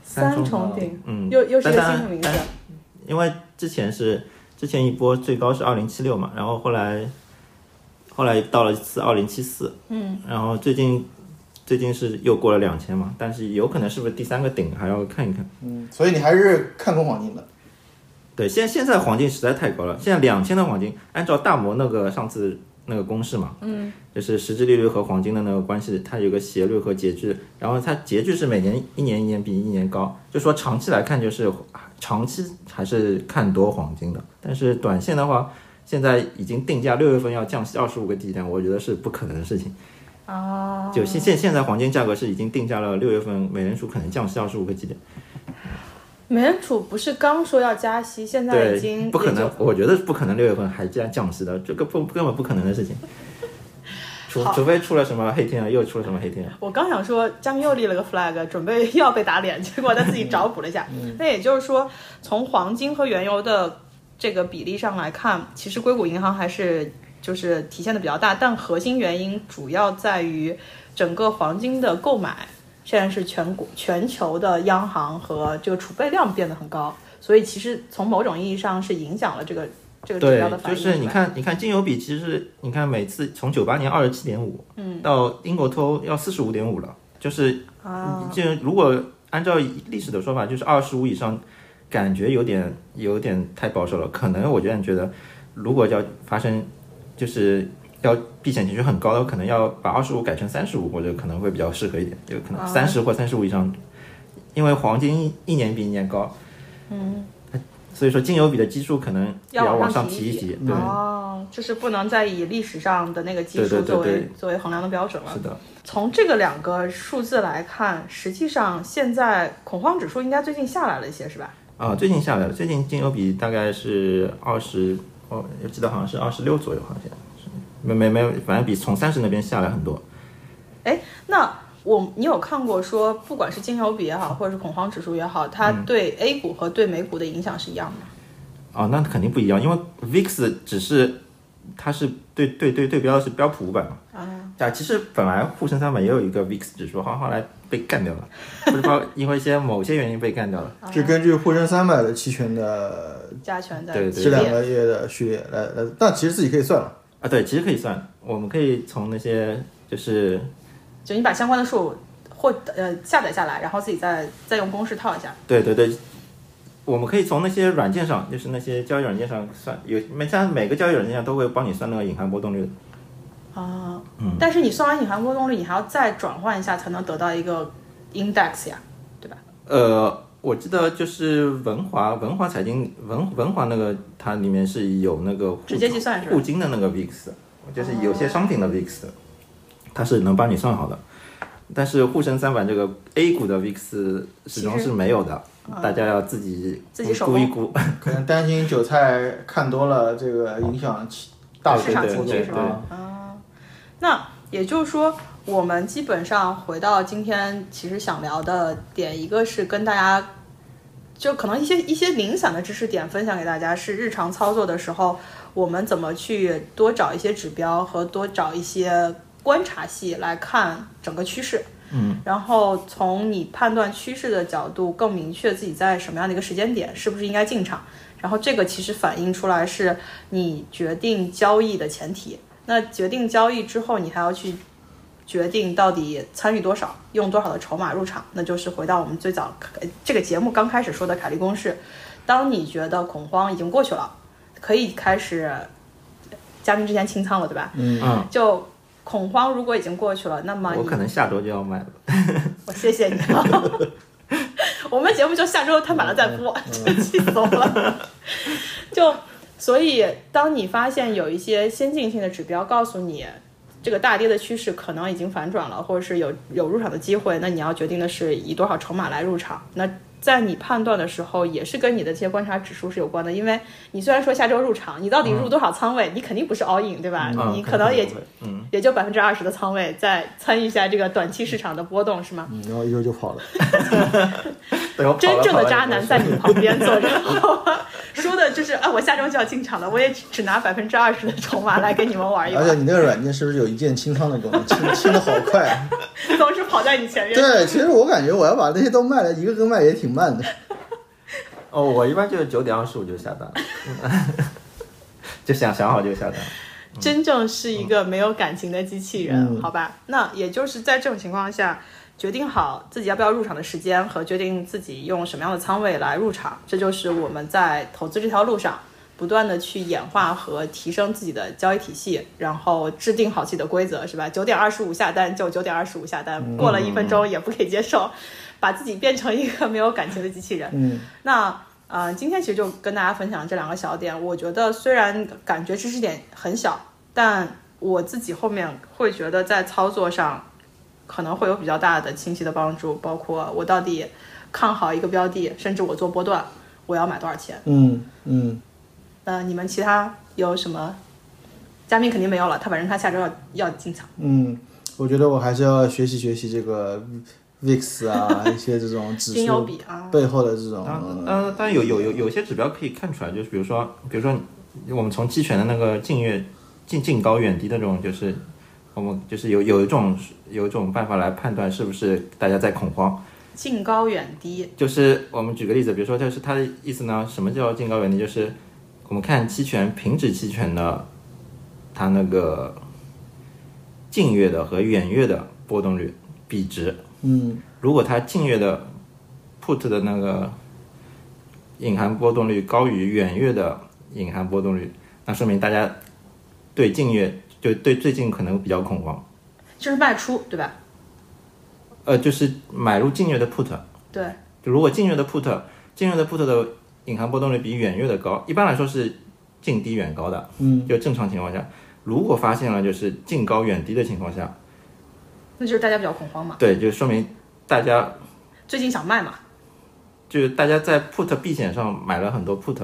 [SPEAKER 2] 三
[SPEAKER 3] 重，
[SPEAKER 2] 重顶，
[SPEAKER 3] 嗯，
[SPEAKER 2] 又又是一个
[SPEAKER 3] 但
[SPEAKER 2] 新的名字
[SPEAKER 3] 但，因为之前是之前一波最高是二零七六嘛，然后后来后来到了一次二零七四，嗯，然后最近最近是又过了两千嘛，但是有可能是不是第三个顶还要看一看。
[SPEAKER 1] 嗯，所以你还是看空黄金的。
[SPEAKER 3] 对，现现在黄金实在太高了，现在两千的黄金，按照大摩那个上次那个公式嘛，嗯，就是实质利率和黄金的那个关系，它有个斜率和截距，然后它截距是每年一年一年比一年高，就说长期来看就是长期还是看多黄金的，但是短线的话，现在已经定价六月份要降息二十五个基点，我觉得是不可能的事情。哦，就现现现在黄金价格是已经定价了，六月份美联储可能降息二十五个基点，
[SPEAKER 2] 美联储不是刚说要加息，现在已经
[SPEAKER 3] 对，不可
[SPEAKER 2] 也
[SPEAKER 3] 能
[SPEAKER 2] 就，
[SPEAKER 3] 我觉得不可能六月份还这样降息的，这个不根本不可能的事情。除除非出了什么黑天鹅，又出了什么黑天鹅。
[SPEAKER 2] 我刚想说，佳明又立了个 flag，准备又要被打脸， 结果他自己找补了一下。
[SPEAKER 3] 嗯
[SPEAKER 2] 那也就是说，从黄金和原油的这个比例上来看，其实硅谷银行还是就是体现的比较大，但核心原因主要在于整个黄金的购买现在是全国全球的央行和这个储备量变得很高，所以其实从某种意义上是影响了这个这个指标的反
[SPEAKER 3] 就
[SPEAKER 2] 应。
[SPEAKER 3] 是你
[SPEAKER 2] 吧，
[SPEAKER 3] 看，你看金油比，其实你看每次从九八年二十七点五，嗯，到英国脱欧要四十五点五了，就是
[SPEAKER 2] 啊，
[SPEAKER 3] 就如果按照历史的说法，就是二十五以上，感觉有点有点太保守了。可能我觉得觉得，如果要发生，就是要避险情绪很高的，可能要把二十五改成三十五，我觉得可能会比较适合一点，就可
[SPEAKER 2] 哦
[SPEAKER 3] 能三十或三十五以上，因为黄金一一年比一年高，嗯，所以说金油比的基数可能也
[SPEAKER 2] 要往
[SPEAKER 3] 往
[SPEAKER 2] 上
[SPEAKER 3] 上
[SPEAKER 2] 提
[SPEAKER 3] 提
[SPEAKER 2] 一
[SPEAKER 3] 一
[SPEAKER 2] 提
[SPEAKER 3] 提，对，
[SPEAKER 2] 哦，就是不能再以历史上的那个基数
[SPEAKER 3] 对对对
[SPEAKER 2] 作为
[SPEAKER 3] 对
[SPEAKER 2] 作为衡量的标准了
[SPEAKER 3] 是。的。
[SPEAKER 2] 从这个两个数字来看，实际上现在恐慌指数应该最近下来了一些，是吧？
[SPEAKER 3] 啊，最近下来了，最近金油比大概是二十，哦，我记得好像是二十六左右，好像是没没没有，反正比从三十那边下来很多。
[SPEAKER 2] 那我你有看过说，不管是金牛比也好，或者是恐慌指数也好，它
[SPEAKER 3] 嗯
[SPEAKER 2] 对 A 股和对美股的影响是一样的吗？
[SPEAKER 3] 哦，那肯定不一样，因为 VIX 只是它是对对对对标的是标普五百嘛。啊。对啊，其实本来沪深三百也有一个 VIX 指数，后后来被干掉了，不知道因为一些某些原因被干掉了。
[SPEAKER 2] 哦
[SPEAKER 1] 是根据沪深三百的期权的
[SPEAKER 2] 加权在
[SPEAKER 3] 对对
[SPEAKER 1] 这
[SPEAKER 2] 系
[SPEAKER 1] 两
[SPEAKER 2] 列
[SPEAKER 1] 个月的序列来来，但其实自己可以算了。
[SPEAKER 3] 啊，对，其实可以算，我们可以从那些就是
[SPEAKER 2] 就你把相关的数或呃下载下来，然后自己再再用公式套一下。
[SPEAKER 3] 对对对，我们可以从那些软件上，就是那些交易软件上算，有每像每个交易软件上都会帮你算那个隐含波动率。
[SPEAKER 2] 啊，
[SPEAKER 3] 嗯
[SPEAKER 2] 但是你算完隐含波动率，你还要再转换一下，才能得到一个 index 呀。
[SPEAKER 3] 呃，我记得就是文华文华财经文文华那个它里面是有那个沪
[SPEAKER 2] 直接计算是吧哦
[SPEAKER 3] 沪金的那个 VIX，就是有些商品的 VIX，、它是能帮你算好的。但是沪深三百这个 A 股的 VIX 始终
[SPEAKER 2] 其实嗯
[SPEAKER 3] 是没有的，大家要自己
[SPEAKER 2] 自己手
[SPEAKER 3] 估一
[SPEAKER 2] 工
[SPEAKER 3] 估。
[SPEAKER 1] 可能担心韭菜看多了，这个影响其大
[SPEAKER 2] 市场
[SPEAKER 1] 的
[SPEAKER 2] 情
[SPEAKER 1] 波动
[SPEAKER 2] 绪是
[SPEAKER 1] 啊
[SPEAKER 2] 吧。？那也就是说，我们基本上回到今天，其实想聊的点，一个是跟大家就可能一些一些零散的知识点分享给大家，是日常操作的时候，我们怎么去多找一些指标和多找一些观察系来看整个趋势。
[SPEAKER 3] 嗯，
[SPEAKER 2] 然后从你判断趋势的角度，更明确自己在什么样的一个时间点是不是应该进场。然后这个其实反映出来是你决定交易的前提。那决定交易之后，你还要去决定到底参与多少，用多少的筹码入场，那就是回到我们最早呃这个节目刚开始说的凯利公式。当你觉得恐慌已经过去了，呃可以开始嘉宾之前清仓了，对吧？
[SPEAKER 1] 嗯
[SPEAKER 3] 嗯，啊
[SPEAKER 2] 就恐慌如果已经过去了，那么
[SPEAKER 3] 我
[SPEAKER 2] 你
[SPEAKER 3] 可能下周就要买了。
[SPEAKER 2] 我谢谢你啊。我们节目就下周他买了再播，
[SPEAKER 3] 嗯
[SPEAKER 2] 真气死我了。 就所以，当你发现有一些先进性的指标告诉你这个大跌的趋势可能已经反转了，或者是有有入场的机会，那你要决定的是以多少筹码来入场。那在你判断的时候，也是跟你的这些观察指数是有关的，因为你虽然说下周入场，你到底入多少仓位，你肯定不是 all in，对吧？
[SPEAKER 3] 嗯，
[SPEAKER 2] 你可能也
[SPEAKER 3] 不会嗯，
[SPEAKER 2] 也就百分之二十的仓位在参与一下这个短期市场的波动，是吗？
[SPEAKER 1] 嗯，然后一周就跑了。
[SPEAKER 3] 对哎我跑了
[SPEAKER 2] 真正的
[SPEAKER 3] 跑了
[SPEAKER 2] 渣
[SPEAKER 3] 就
[SPEAKER 2] 男
[SPEAKER 3] 是
[SPEAKER 2] 在你旁边坐着， 说的就是啊，我下周就要进场了，我也只只拿百分之二十的筹码来跟你们玩一
[SPEAKER 1] 而且
[SPEAKER 2] 玩，
[SPEAKER 1] 你那个软件是不是有一键清仓的功能？清清的好 快啊！
[SPEAKER 2] 总是跑在你前面。
[SPEAKER 1] 对，其实我感觉我要把那些都卖了，一个个卖也挺慢 的。
[SPEAKER 3] 哦，我一般就是九点二十五就下单， 就想想好就下单。
[SPEAKER 2] 真正是一个没有感情的机器人，
[SPEAKER 1] 嗯
[SPEAKER 2] 好吧？那也就是在这种情况下，决定好自己要不要入场的时间和决定自己用什么样的仓位来入场，这就是我们在投资这条路上不断的去演化和提升自己的交易体系，然后制定好自己的规则，是吧？九点二十五下单就九点二十五下单，过了一分钟也不可以接受，把自己变成一个没有感情的机器人。
[SPEAKER 1] 嗯
[SPEAKER 2] 那呃，今天其实就跟大家分享这两个小点。我觉得虽然感觉知识点很小，但我自己后面会觉得在操作上可能会有比较大的清晰的帮助，包括我到底看好一个标的，甚至我做波段，我要买多少钱。
[SPEAKER 1] 嗯嗯，
[SPEAKER 2] 那你们其他有什么？嘉宾肯定没有了，他反正他下周要要进场。
[SPEAKER 1] 嗯，我觉得我还是要学习学习这个 VIX 啊，一些这种指
[SPEAKER 2] 金油
[SPEAKER 1] 数
[SPEAKER 2] 比啊，
[SPEAKER 1] 背后的这种。
[SPEAKER 3] 当当当然呃有有有有些指标可以看出来，就是比如说比如说我们从期权的那个近月近近高远低的这种，就是我们就是有有一种有一种办法来判断是不是大家在恐慌。
[SPEAKER 2] 近高远低，
[SPEAKER 3] 就是我们举个例子，比如说就是它的意思呢，什么叫近高远低？就是我们看期权平指期权的它那个近月的和远月的波动率比值。
[SPEAKER 1] 嗯
[SPEAKER 3] 如果它近月的 put 的那个隐含波动率高于远月的隐含波动率，那说明大家对近月就对最近可能比较恐慌，
[SPEAKER 2] 就是卖出对吧？
[SPEAKER 3] 呃，就是买入近月的 put。
[SPEAKER 2] 对，
[SPEAKER 3] 就如果近月的 put，近月的 put 的隐含波动率比远月的高，一般来说是近低远高的，
[SPEAKER 1] 嗯
[SPEAKER 3] 就正常情况下，如果发现了就是近高远低的情况下，
[SPEAKER 2] 那就是大家比较恐慌嘛，
[SPEAKER 3] 对，就说明大家
[SPEAKER 2] 最近想卖嘛。
[SPEAKER 3] 就是大家在 put 避险上买了很多 put，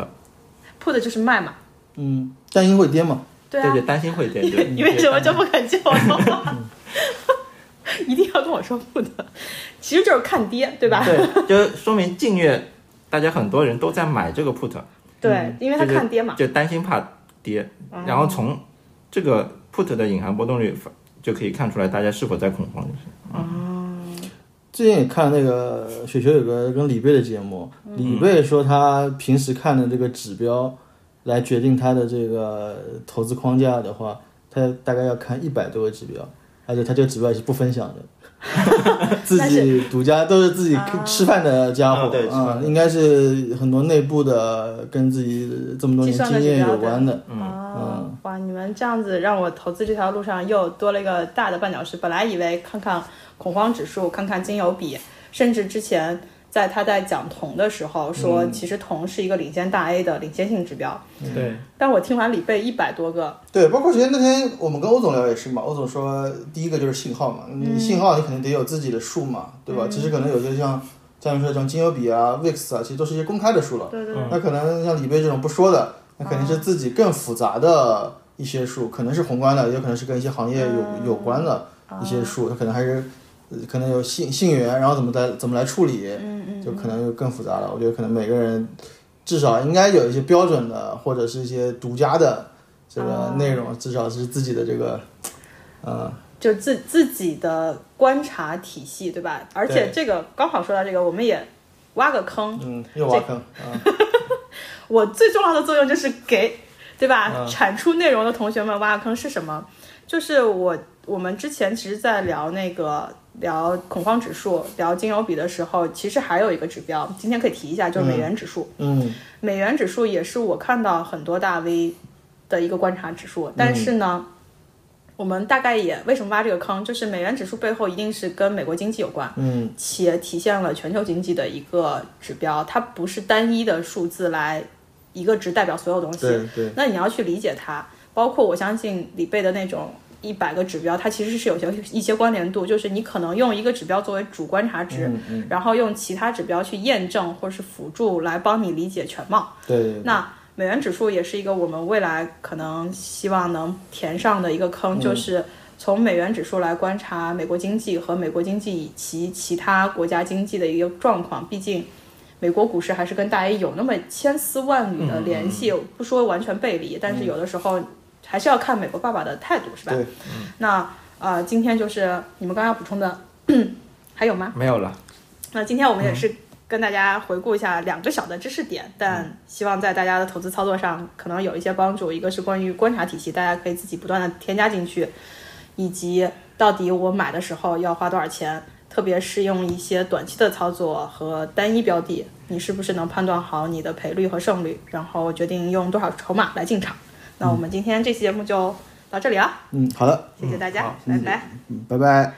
[SPEAKER 2] put 就是卖嘛。
[SPEAKER 1] 嗯，但因为会跌嘛。
[SPEAKER 2] 对
[SPEAKER 3] 对
[SPEAKER 2] 啊
[SPEAKER 3] 对，，担心会跌， 对
[SPEAKER 2] 你为什么就不肯 接我说话？
[SPEAKER 3] 嗯
[SPEAKER 2] 一定要跟我说 put，其实就是看跌，
[SPEAKER 3] 嗯
[SPEAKER 2] 对吧？
[SPEAKER 3] 对，就说明近月大家很多人都在买这个 put，
[SPEAKER 2] 对，因为他
[SPEAKER 3] 嗯就是
[SPEAKER 2] 看跌嘛。
[SPEAKER 3] 就担心怕跌，然后从这个 put 的隐含波动率就可以看出来大家是否在恐慌，就是
[SPEAKER 1] 最近也看那个雪球有个跟李贝的节目，李贝说他平时看的这个指标来决定他的这个投资框架的话，他大概要看一百多个指标，而且他这个指标也是不分享的，自己独家都是自己吃饭的家伙
[SPEAKER 3] 啊对吃饭
[SPEAKER 1] 啊、应该是很多内部的跟自己这么多
[SPEAKER 2] 计
[SPEAKER 1] 年
[SPEAKER 2] 算的
[SPEAKER 1] 经验
[SPEAKER 2] 指标
[SPEAKER 1] 有关的，
[SPEAKER 3] 嗯
[SPEAKER 2] 啊，哇！你们这样子让我投资这条路上又多了一个大的绊脚石。本来以为看看恐慌指数，看看金油比，甚至之前在他在讲铜的时候
[SPEAKER 3] 嗯
[SPEAKER 2] 说，其实铜是一个领先大 A 的领先性指标。
[SPEAKER 3] 对。
[SPEAKER 2] 但我听完李贝一百多个，
[SPEAKER 1] 对，包括其实那天我们跟欧总聊也是嘛，欧总说第一个就是信号嘛，你信号你肯定得有自己的数嘛，对吧？其实可能有些像像你说的这种金油比啊、VIX 啊，其实都是一些公开的数了。
[SPEAKER 2] 对对
[SPEAKER 1] 那可能像李贝这种不说的，那肯定是自己更复杂的一些数，可能是宏观的，也有可能是跟一些行业有有关的一些数，它可能还是呃可能有信信源，然后怎么来怎么来处理，嗯嗯，就可能就更复杂了。我觉得可能每个人至少应该有一些标准的，或者是一些独家的这
[SPEAKER 2] 啊
[SPEAKER 1] 个内容，至少是自己的这个，
[SPEAKER 2] 嗯
[SPEAKER 1] 呃，
[SPEAKER 2] 就自自己的观察体系，对吧？而且这个刚好说到这个，我们也挖个坑，
[SPEAKER 1] 嗯，又挖坑啊，
[SPEAKER 2] 我最重要的作用就是给，对吧？产出内容的同学们挖个坑是什么？就是我我们之前其实，在聊那个聊恐慌指数、聊金牛比的时候，其实还有一个指标，今天可以提一下，就是美元指数。
[SPEAKER 1] 嗯
[SPEAKER 2] 美元指数也是我看到很多大 V 的一个观察指数，但是
[SPEAKER 1] 嗯
[SPEAKER 2] 呢，我们大概也为什么挖这个坑，就是美元指数背后一定是跟美国经济有关。
[SPEAKER 1] 嗯
[SPEAKER 2] 且体现了全球经济的一个指标，它不是单一的数字来一个值代表所有东西。
[SPEAKER 1] 对对，
[SPEAKER 2] 那你要去理解它，包括我相信李贝的那种一百个指标，它其实是有些一些关联度，就是你可能用一个指标作为主观察值，
[SPEAKER 1] 嗯嗯，
[SPEAKER 2] 然后用其他指标去验证或是辅助来帮你理解全貌。
[SPEAKER 1] 对对，对
[SPEAKER 2] 那美元指数也是一个我们未来可能希望能填上的一个坑，就是
[SPEAKER 1] 嗯
[SPEAKER 2] 从美元指数来观察美国经济和美国经济以及其他国家经济的一个状况。毕竟，美国股市还是跟大家有那么千丝万缕的联系，
[SPEAKER 1] 嗯
[SPEAKER 2] 不说完全背离，但是有的时候还是要看美国爸爸的态度，是吧？
[SPEAKER 1] 对嗯
[SPEAKER 2] 那呃，今天就是你们刚刚要补充的， 还有吗？
[SPEAKER 3] 没有了，
[SPEAKER 2] 那今天我们也是跟大家回顾一下两个小的知识点，但希望在大家的投资操作上可能有一些帮助。一个是关于观察体系，大家可以自己不断的添加进去，以及到底我买的时候要花多少钱，特别是用一些短期的操作和单一标的，你是不是能判断好你的赔率和胜率，然后决定用多少筹码来进场。那我们今天这期节目就到这里了，
[SPEAKER 1] 嗯，好的，
[SPEAKER 2] 谢谢大家，
[SPEAKER 3] 好
[SPEAKER 2] 拜拜。
[SPEAKER 1] 嗯，拜拜。